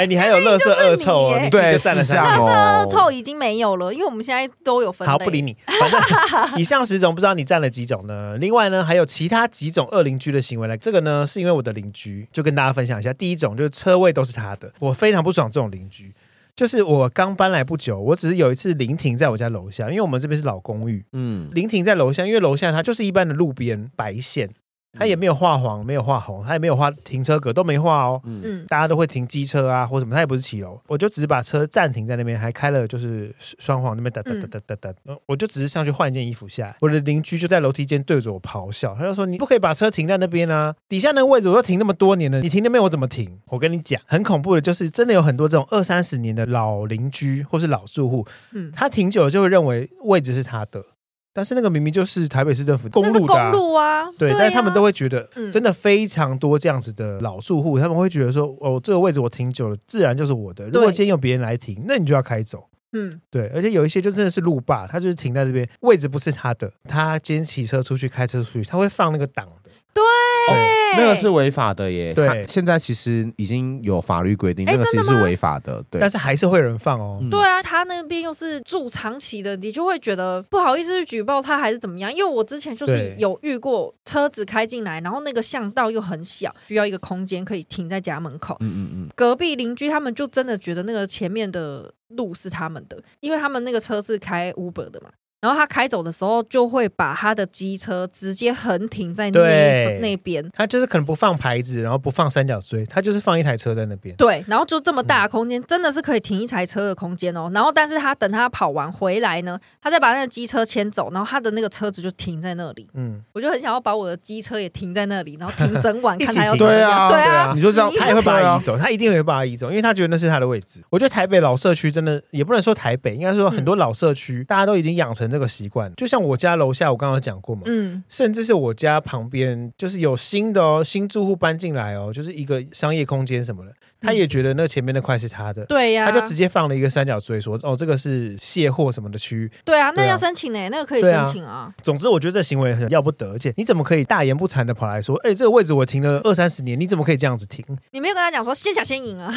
S1: 哎、你还有乐色恶臭哦，
S2: 明明就是你耶
S1: 你自己就
S3: 对，
S1: 占了
S3: 四
S1: 三
S3: 项
S1: 个。
S2: 那是
S3: 哦
S2: 恶，臭已经没有了，因为我们现在都有分类。
S1: 好，不理你。反 正以上十种，不知道你占了几种呢？另外呢，还有其他几种恶邻居的行为呢？这个呢，是因为我的邻居，就跟大家分享一下。第一种就是车位都是他的，我非常不爽这种邻居。就是我刚搬来不久，我只是有一次临停在我家楼下，因为我们这边是老公寓，
S3: 嗯，
S1: 临停在楼下，因为楼下它就是一般的路边白线，它也没有画黄，没有画红，它也没有画停车格，都没画哦。
S2: 嗯，
S1: 大家都会停机车啊或什么，他也不是骑楼，我就只是把车暂停在那边，还开了就是双簧那边哒哒哒哒哒哒，呃我就只是上去换一件衣服下来，我的邻居就在楼梯间对着我咆哮，他就说你不可以把车停在那边啊，底下那个位置我都停那么多年了，你停那边我怎么停？我跟你讲，很恐怖的就是真的有很多这种二三十年的老邻居或是老住户，
S2: 嗯
S1: 他停久了就会认为位置是他的，但是那个明明就是台北市政府公
S2: 那是
S1: 路的、
S2: 公
S1: 啊。
S2: 路啊，
S1: 对，
S2: 啊
S1: 但是他们都会觉得，
S2: 嗯
S1: 真的非常多这样子的老住户，他们会觉得说，哦，这个位置我停久了，自然就是我的。如果今天有别人来停，那你就要开走。
S2: 嗯，
S1: 对，而且有一些就真的是路霸，他就是停在这边，位置不是他的，他今天骑车出去、开车出去，他会放那个档的。对
S2: 哎
S3: 哦那个是违法的耶。
S1: 对
S3: 它现在其实已经有法律规定，
S2: 哎
S3: 那个其实
S2: 真的
S3: 是
S2: 吗
S3: 违法的。对
S1: 但，是还是会有人放哦。
S3: 嗯
S2: 对啊，他那边又是住长期的，你就会觉得不好意思去举报他还是怎么样。因为我之前就是
S1: 对
S2: 有遇过车子开进来，然后那个巷道又很小，需要一个空间可以停在家门口。
S3: 嗯嗯嗯，
S2: 隔壁邻居他们就真的觉得那个前面的路是他们的，因为他们那个车是开 Uber 的嘛。然后他开走的时候，就会把他的机车直接横停在那
S1: 对
S2: 那边，
S1: 他就是可能不放牌子，然后不放三角锥，他就是放一台车在那边。
S2: 对，然后就这么
S1: 嗯
S2: 大的空间，真的是可以停一台车的空间哦。然后，但是他等他跑完回来呢，他再把那个机车牵走，然后他的那个车子就停在那里。
S1: 嗯，
S2: 我就很想要把我的机车也停在那里，然后停 整晚，
S1: 一起
S2: 看他要
S1: 停
S2: 怎么
S3: 对
S2: 样。
S3: 啊，
S2: 对
S1: 对啊
S2: 啊，
S3: 你就这样，
S2: 你
S1: 他也会把
S3: 对
S1: 它
S3: 啊
S1: 移走，他一定会把它移走，因为他觉得那是他的位置。我觉得台北老社区真的也不能说台北，应该说很多老社区、大家都已经养成这个习惯。就像我家楼下，我刚刚有讲过嘛，
S2: 嗯，
S1: 甚至是我家旁边就是有新的哦，新住户搬进来哦，就是一个商业空间什么的，他也觉得那前面那块是他的，
S2: 对啊呀、
S1: 他就直接放了一个三角锥，说哦，这个是卸货什么的区域。
S2: 对啊，那
S1: 对啊
S2: 要申请呢、那个可以
S1: 对啊
S2: 申请啊。
S1: 总之，我觉得这行为很要不得，而且你怎么可以大言不惭的跑来说，哎，这个位置我停了二三十年，你怎么可以这样子停？
S2: 你没有跟他讲说先抢先赢啊，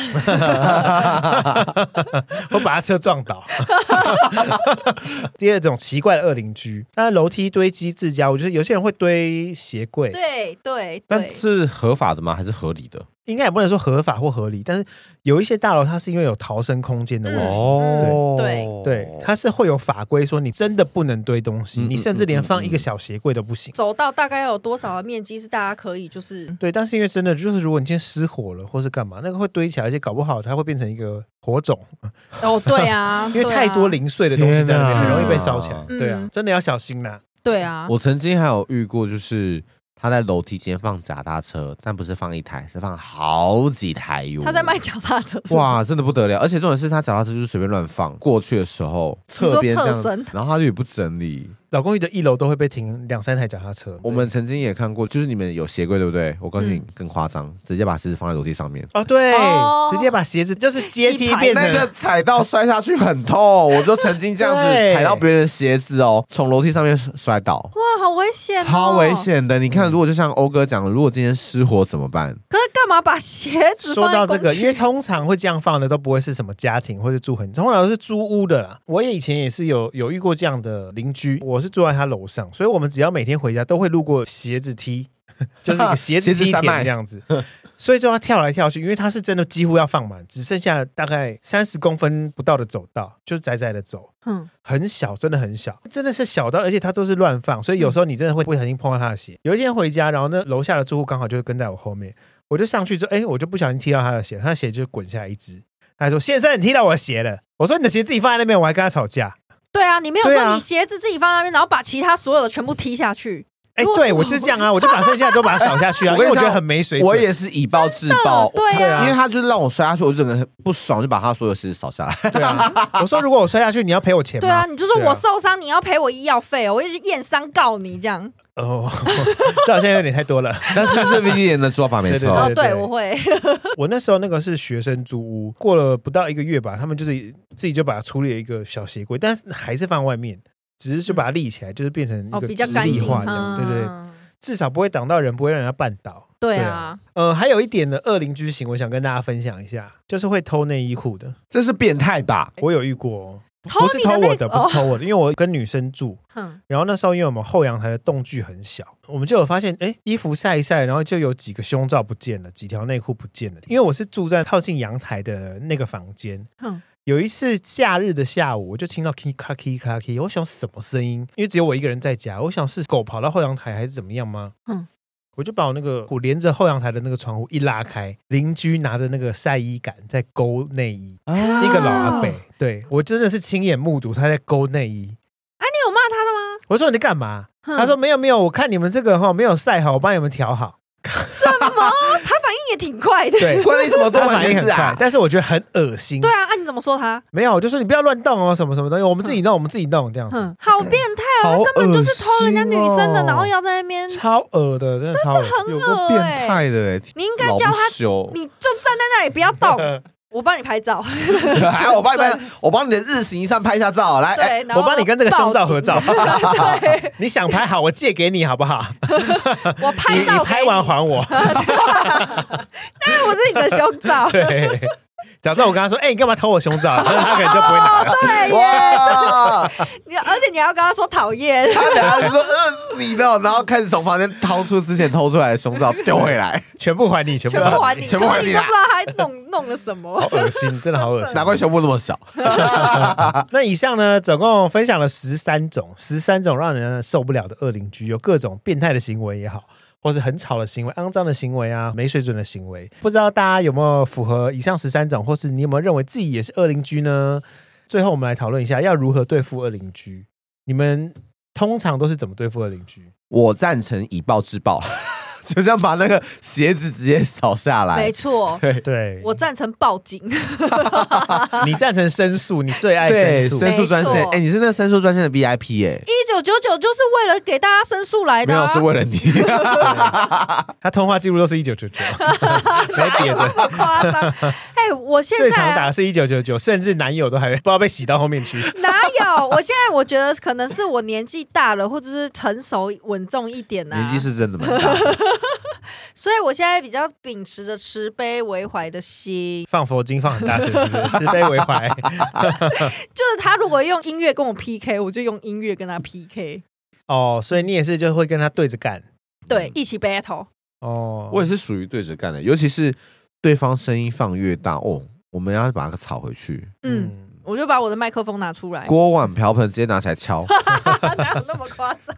S1: 我把他车撞倒。 第二种奇怪的恶邻居，那楼梯堆积自家，我觉得有些人会堆鞋柜，
S2: 对对
S3: 但
S2: 对，
S3: 是合法的吗？还是合理的？
S1: 应该也不能说合法或合理，但是有一些大楼它是因为有逃生空间的问题。
S2: 嗯
S3: 哦
S2: 对
S1: 对，它是会有法规说你真的不能堆东西，
S3: 嗯
S1: 你甚至连放一个小鞋柜都不行。
S2: 走到大概有多少的面积是大家可以就是
S1: 对，但是因为真的就是，如果你今天失火了或是干嘛，那个会堆起来，而且搞不好它会变成一个火种，，
S2: 哦对啊
S1: 因为
S2: 对啊
S1: 太多零碎的东西在那边，
S3: 天
S1: 很
S3: 哪
S1: 容易被烧起来。
S2: 嗯
S1: 对啊，真的要小心啦。
S2: 对啊，
S3: 我曾经还有遇过，就是他在楼梯间放脚踏车，但不是放一台，是放好几台哟。
S2: 他在卖脚踏车，
S3: 哇，真的不得了！而且重点是他脚踏车就是随便乱放，过去的时候侧边这
S2: 侧身
S3: 样，然后他就也不整理。
S1: 老公寓的一楼都会被停两三台脚踏车。
S3: 我们曾经也看过，就是你们有鞋柜对不对？我告诉你
S2: 嗯
S3: 更夸张，直接把鞋子放在楼梯上面。
S1: 哦，对，
S2: 哦
S1: 直接把 鞋子就是阶
S2: 一
S1: 梯
S2: 排
S1: 变成
S3: 那个踩到摔下去很痛，哦我就曾经这 样
S1: 对
S3: 子踩到别人的鞋子哦，从楼梯上面摔倒，
S2: 哇，好危险、哦，
S3: 超危。险的。你
S1: 嗯
S3: 看，如果就像欧哥讲的，如果今天失火怎么办？
S2: 可是干嘛把鞋子
S1: 说
S2: 放在
S1: 到这
S2: 公
S1: 个，
S2: 区
S1: 因为通常会这样放的都不会是什么家庭或者住很，通常都是租屋的啦。我也以前也是有有遇过这样的邻居，我是住在他楼上，所以我们只要每天回家都会路过鞋子梯， 就是一个鞋子
S3: 鞋子
S1: 梯
S3: 山
S1: 田
S3: 脉
S1: 这样子。所以就要跳来跳去，因为他是真的几乎要放满，只剩下大概三十公分不到的走道，就窄窄的走，
S2: 嗯，
S1: 很小，真的很小，真的是小到，而且它都是乱放，所以有时候你真的会不小心碰到他的鞋。有一天回家，然后那楼下的住户刚好就跟在我后面，我就上去之后，哎，我就不小心踢到他的鞋，他的鞋就滚下来一只。他还说：“先生，你踢到我的鞋了。”我说：“你的鞋自己放在那边。”我还跟他吵架。
S2: 对啊，你没有
S1: 对啊
S2: 说你鞋子自己放在那边，然后把其他所有的全部踢下去，
S1: 哎
S2: 如，果
S1: 对
S2: 是
S1: 我
S2: 我
S1: 就是这样啊，我就把剩下的都把它扫下去啊，
S3: 我
S1: 因为
S3: 跟你
S1: 我觉得
S3: 讲
S1: 很没水准。
S3: 我也是以暴制暴，
S2: 真的对啊
S3: 因为他就是让我摔下去，我就整个很不爽，就把他所有事扫下来。
S1: 对啊， 我说如果我摔下去，你要赔我钱吗？
S2: 对啊，，你就说
S1: 对啊
S2: 我受伤，你要赔我医药费哦，我一直验伤告你这样。
S1: 哦， 这好像有点太多了。
S3: 但是是 V D 人的做法没
S1: 对
S3: 错
S2: 哦，，
S1: 对
S2: 对，
S1: 对
S2: 我会。
S1: 我那时候那个是学生租屋，过了不到一个月吧，他们就是自己就把它处理了一个小鞋柜，但是还是放外面，只是就把它立起来，就是变成一
S2: 嗯哦，
S1: 个
S2: 比较
S1: 直
S2: 干
S1: 立
S2: 净，
S1: 化这样，对对对，
S2: 嗯
S1: 至少不会挡到人，不会让人家绊倒。
S2: 对
S1: 对
S2: 啊
S1: 啊，呃，还有一点的恶邻居行为，想跟大家分享一下，就是会偷内衣裤的，
S3: 这是变态吧？
S1: 我有遇过、哦，
S2: 偷
S1: 不是
S2: 你
S1: 偷
S2: 的哦内
S1: 我的，
S2: 裤
S1: 不是偷我的，因为我跟女生住，
S2: 哼，
S1: 然后那时候因为我们后阳台的洞距很小，我们就有发现，哎，衣服晒一晒，然后就有几个胸罩不见了，几条内裤不见了。因为我是住在靠近阳台的那个房间。
S2: 哼
S1: 有一次假日的下午，我就听到 k 咔 k 咔 k 我想什么声音？因为只有我一个人在家，我想是狗跑到后阳台还是怎么样吗？
S2: 嗯
S1: 我就把我那个我连着后阳台的那个窗户一拉开，邻居拿着那个晒衣杆在勾内衣，
S3: 啊，
S1: 一个老阿伯，对我真的是亲眼目睹他在勾内衣。
S2: 啊，你有骂他的吗？
S1: 我说你在干嘛？
S2: 哼
S1: 他说没有没有，我看你们这个哈没有晒好，我帮你们调好。
S2: 他反应也挺快的。
S1: 对
S3: 关你什么多
S1: 他
S3: 管
S1: 反应
S3: 闲
S1: 很
S3: 事
S1: 快
S3: 啊，？
S1: 但是我觉得很恶心。
S2: 对，啊，啊，你怎么说他？
S1: 没有，我就说你不要乱动哦，什么什么东西，我们自己弄，我们自己弄这样子，
S2: 哼，好变态
S3: 好
S2: 哦，他根本就是偷人家女生的，
S3: 恶心哦
S2: 然后要在那边，
S1: 超恶的，真的超恶心。
S2: 很
S3: 啊有
S2: 恶欸
S3: 个变态的哎，
S2: 你应该
S3: 老不
S2: 叫他，
S3: 休。
S2: 你就站在那里不要 动，我帮你拍照。
S3: 来，哎我帮 你们，我帮你的日行一善拍一下照。来，哎
S2: 对，然后
S1: 我帮你跟这个胸罩合照
S2: 报警对，
S1: 你想拍好，我借给你好不好？
S2: 我
S1: 你
S2: 拍
S1: 你
S2: 照
S1: 拍
S2: 给
S1: 完
S2: 你，
S1: 还 我。。
S2: 但我是你的胸罩
S1: 对，假设我跟他说，哎，你干嘛偷我胸罩？ 他可能就不会拿了。
S2: 对耶，
S3: 哇！
S2: 你而且你还要跟他说讨厌，
S3: 他等下就说饿死你的，然后开始从房间掏出之前偷出来的胸罩丢 回来，
S1: 全部还 你，全啊哦部
S2: 全部还你，
S3: 全部还你
S2: 可
S3: 啦
S2: 是你都不知道他弄弄了什么
S1: 好。恶心，真的好恶心。
S3: 难怪胸部那么小。
S1: 那以上呢，总共分享了十三种，十三种让人受不了的恶邻居，有各种变态的行为也好，或是很吵的行为、肮脏的行为啊、没水准的行为。不知道大家有没有符合以上十三种，或是你有没有认为自己也是恶邻居呢？最后，我们来讨论一下要如何对付恶邻居。你们通常都是怎么对付恶邻居？
S3: 我赞成以暴制暴， 就像把那个鞋子直接扫下来
S2: 没。错，
S1: 哎对，
S2: 我赞成报 警。
S1: 你赞成申诉，你最爱
S3: 对，
S1: 申诉。
S3: 申诉专线
S2: 没，错
S3: 哎，你是那个申诉专线的 VIP 哎，
S2: 一九九九就是为了给大家申诉来
S3: 没
S2: 的、
S3: 有
S2: 啊，
S3: 是为了你，
S1: 他通话记录都是一九九 九，没别的。
S2: 那么 夸张。哎、我现
S1: 最
S2: 在、
S1: 常打
S2: 啊
S1: 的、是一九九九，甚至男友都还不知道被洗到后面去。
S2: 哪有？我现在我觉得可能是我年纪大了，或者是成熟稳重一点呢、啊
S3: 年纪是真的蛮大的。
S2: 所以我现在比较秉持着慈悲为怀的心，
S1: 放佛经放很大声，是不是？慈悲为怀。
S2: 就是他如果用音乐跟我 PK，我就用音乐跟他 PK，
S1: 哦，所以你也是就会跟他对着干。
S2: 对，一起 battle。
S1: 哦，
S3: 我也是属于对着干的，尤其是对方声音放越大哦，我们要把它吵回去，
S2: 嗯，我就把我的麦克风拿出 来，
S3: 锅碗瓢盆直接拿起来敲。
S2: 哪有那么夸张？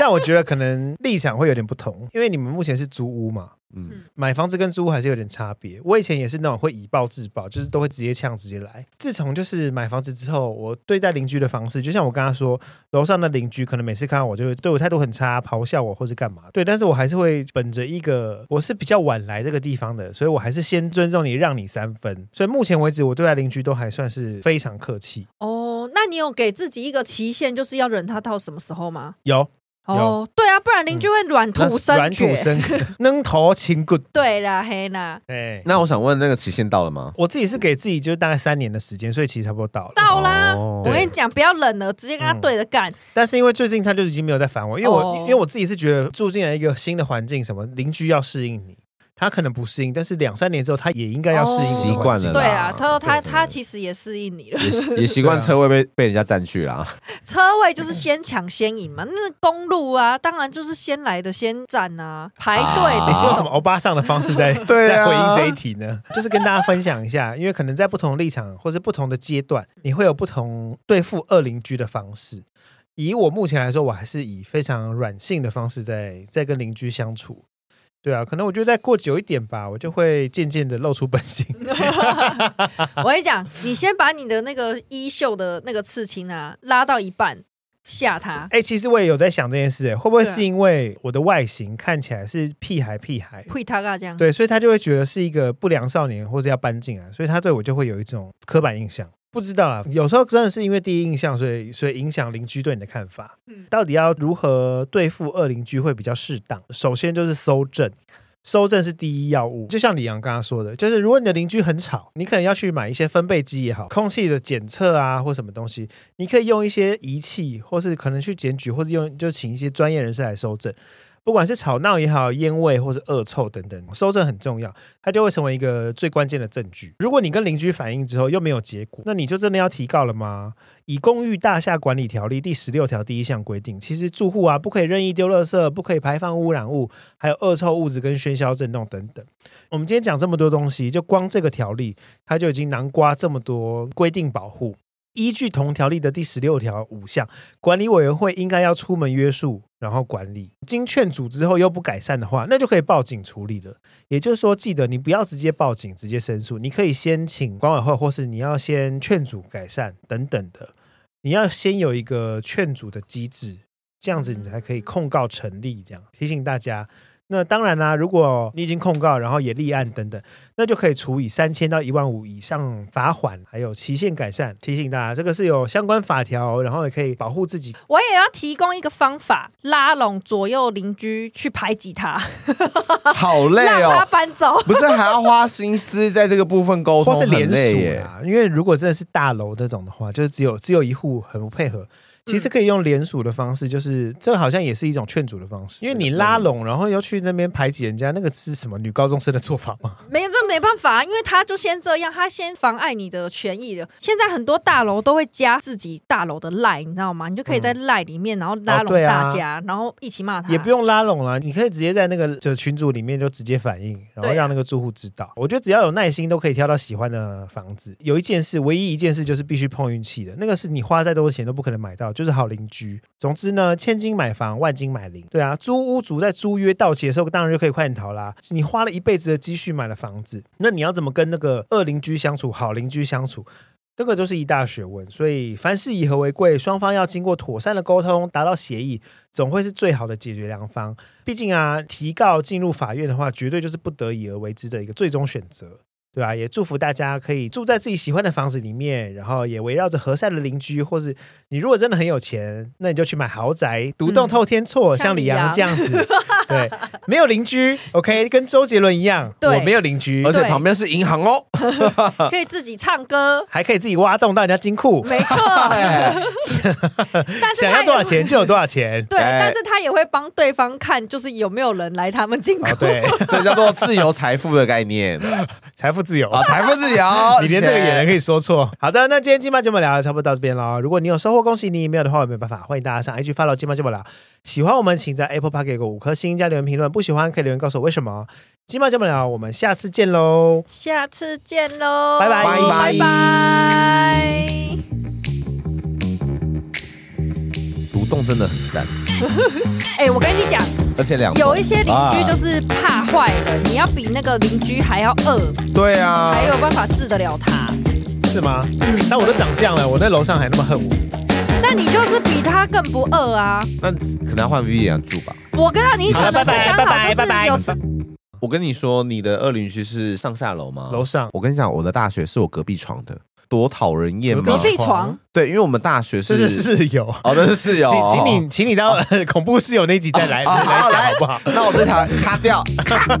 S1: 但我觉得可能立场会有点不同，因为你们目前是租屋嘛，
S3: 嗯，
S1: 买房子跟租屋还是有点差别。我以前也是那种会以暴制暴，就是都会直接呛直接来。自从就是买房子之后，我对待邻居的方式，就像我跟他说，楼上的邻居可能每次看到我就会对我态度很差，咆哮我或是干嘛。对，但是我还是会本着一个我是比较晚来这个地方的，所以我还是先尊重你，让你三分。所以目前为止，我对待邻居都还算是非常客气。
S2: 哦，那你有给自己一个期限，就是要忍他到什么时候吗？
S1: 有嗯
S2: 哦，对啊，不然邻居会软土
S1: 软
S2: 生
S1: 土
S2: 绝。
S1: 生，能头轻骨。
S2: 对啦，黑啦，
S1: 哎，
S3: 那我想问，那个期限到了吗？
S1: 我自己是给自己就是大概三年的时间，所以其实差不多到了。
S2: 到啦！
S3: 哦
S2: 我跟你讲，不要冷了，直接跟他
S1: 嗯
S2: 对着干。
S1: 但是因为最近他就已经没有在烦我，因为我、
S2: 哦
S1: 因为我自己是觉得住进来一个新的环境，什么邻居要适应你，他可能不适应，但是两三年之后他也应该要适应
S2: 哦
S1: 我的环境
S3: 习惯了
S2: 对
S3: 啦
S2: 啊，他说他
S3: 对对
S2: 他
S3: 对
S2: 其实也适应你了。
S3: 也习也习惯车位被被人家占去了啊，
S2: 车位就是先抢先赢嘛，那公路啊，当然就是先来的先占啊，排队
S3: 啊
S1: 你
S2: 的。
S1: 是用什么欧巴桑的方式 在
S3: 对
S1: 在
S3: 啊
S1: 回应这一题呢？就是跟大家分享一下，因为可能在不同立场或是不同的阶段，你会有不同对付恶邻居的方式。以我目前来说，我还是以非常软性的方式在在跟邻居相处。对啊，可能我觉得再过久一点吧，我就会渐渐的露出本性。
S2: 我跟你讲，你先把你的那个衣袖的那个刺青啊拉到一半，吓他。
S1: 哎、其实我也有在想这件事、哎，会不会
S2: 啊对啊
S1: 是因为我的外形看起来是屁孩屁孩？
S2: 会他嘎这样，
S1: 对，所以他就会觉得是一个不良少年，或是要搬进来，所以他对我就会有一种刻板印象。不知道啦，有时候真的是因为第一印象，所以所以影响邻居对你的看法。
S2: 嗯
S1: 到底要如何对付恶邻居会比较适当？首先就是搜证，搜证是第一要务。就像李阳刚刚说的，就是如果你的邻居很吵，你可能要去买一些分贝机也好，空气的检测啊，或什么东西，你可以用一些仪器，或是可能去检举，或是用就请一些专业人士来搜证。不管是吵闹也好，烟味或是恶臭等等，搜证很重要，它就会成为一个最关键的证据。如果你跟邻居反映之后又没有结果，那你就真的要提告了吗？以《公寓大厦管理条例》第十六条第一项规定，其实住户啊不可以任意丢垃圾，不可以排放污染物，还有恶臭物质跟喧嚣震动等等。我们今天讲这么多东西，就光这个条例，它就已经囊括这么多规定保护。依据同条例的第十六条五项，管理委员会应该要出门约束，然后管理。经劝阻之后又不改善的话，那就可以报警处理了。也就是说，记得你不要直接报警、直接申诉，你可以先请管委会，或是你要先劝阻、改善等等的。你要先有一个劝阻的机制，这样子你才可以控告成立。这样提醒大家。那当然啦、如果你已经控告，然后也立案等等，那就可以处以三千到一万五以上罚款，还有期限改善。提醒大家，这个是有相关法条，然后也可以保护自己。
S2: 我也要提供一个方法，拉拢左右邻居去排挤他，
S3: 好 累
S2: 让他
S3: 哦，
S2: 搬走。
S3: 不是还要花心思在这个部分沟通，
S1: 或是联
S3: 很累
S1: 署啊
S3: 耶。
S1: 啦，因为如果真的是大楼这种的话，就是只有只有一户很不配合，其实可以用联署的方式，就是这好像也是一种劝阻的方式，因为你拉拢，然后又去那边排挤人家，那个是什么女高中生的做法吗？
S2: 没，这没办法啊，因为他就先这样，他先妨碍你的权益了。现在很多大楼都会加自己大楼的赖，你知道吗？你就可以在赖里面，然后拉
S1: 嗯哦
S2: 拢
S1: 对啊
S2: 大家，然后一起骂他。
S1: 也不用拉拢啦，你可以直接在那个就群组里面就直接反映，然后
S2: 对啊
S1: 让那个住户知道。我觉得只要有耐心，都可以挑到喜欢的房子。有一件事，唯一一件事就是必须碰运气的，那个是你花再多的钱都不可能买到，就是好邻居。总之呢，千金买房，万金买邻。对啊，租屋主在租约到期的时候，当然就可以快点逃啦。你花了一辈子的积蓄买了房子，那你要怎么跟那个恶邻居相处、好邻居相处？这个就是一大学问，所以凡事以和为贵，双方要经过妥善的沟通，达到协议，总会是最好的解决良方。毕竟啊，提告进入法院的话，绝对就是不得已而为之的一个最终选择，对啊，也祝福大家可以住在自己喜欢的房子里面，然后也围绕着和善的邻居，或是你如果真的很有钱，那你就去买豪宅，独栋透天厝，
S2: 嗯
S1: 像李阳
S2: 像
S1: 这样
S2: 李
S1: 子，对，没有邻居，OK，跟周杰伦一样，
S2: 对
S1: 我没有邻居
S3: 而，且
S2: 对
S3: 旁边是银行 哦。
S2: 可以自己唱歌，
S1: 还可以自己挖洞到人家金库，
S2: 没错。 但是
S1: 想
S2: 他
S1: 要
S2: 也。
S1: 多少钱就有多少钱
S2: 对，
S3: 哎
S2: 但是他也会帮对方看，就是有没有人来他们进口。
S1: 哦， 对，
S3: 这叫做自由财富的概念
S1: 财富自由。，
S2: 哦
S3: 啊，财富自由
S1: 你连这个也能
S3: 谢谢
S1: 可以说错。好的，那今天金马节目聊的差不多到这边喽。如果你有收获，恭喜你；没有的话，我没办法。欢迎大家上 IG follow 金马节目聊。喜欢我们，请在 Apple Park 给个五颗星加留言评论；不喜欢可以留言告诉我为什么。金马节目聊，我们下次见喽。
S2: 下次见喽，
S1: 拜拜
S2: 拜
S3: 拜
S2: 拜。
S3: 独栋真的很赞，
S2: 哎、我跟你讲，
S3: 而且两
S2: 有一些邻
S1: 啊
S2: 居就是怕坏了，你要比那个邻居还要恶，
S3: 对啊
S2: 才，有办法治得了他。
S1: 是吗？
S3: 嗯
S1: 但我都长这样了，我在楼上还那么恨我。
S2: 但你就是比他更不恶啊！
S3: 那可能要换 Vivian 住吧。
S2: 我跟你讲的
S1: 好
S2: 是
S1: 了拜拜
S2: 刚好
S1: 拜拜拜
S2: 就是
S1: 拜
S2: 有吃
S3: 我跟你说，你的二邻居是上下楼吗？
S1: 楼上
S3: 我跟你讲，我的大学是我隔壁床的，多讨人厌
S1: 有
S3: 嘛
S2: 隔。壁床，
S3: 对，因为我们大学
S1: 这
S3: 是
S1: 是室友，
S3: 哦，那是室友，
S1: 请请你请你到、 恐怖室友那集再来、
S3: 哦
S1: 再来
S3: 好
S1: 讲
S3: 来
S1: 好不好？
S3: 那我这条咔掉。咔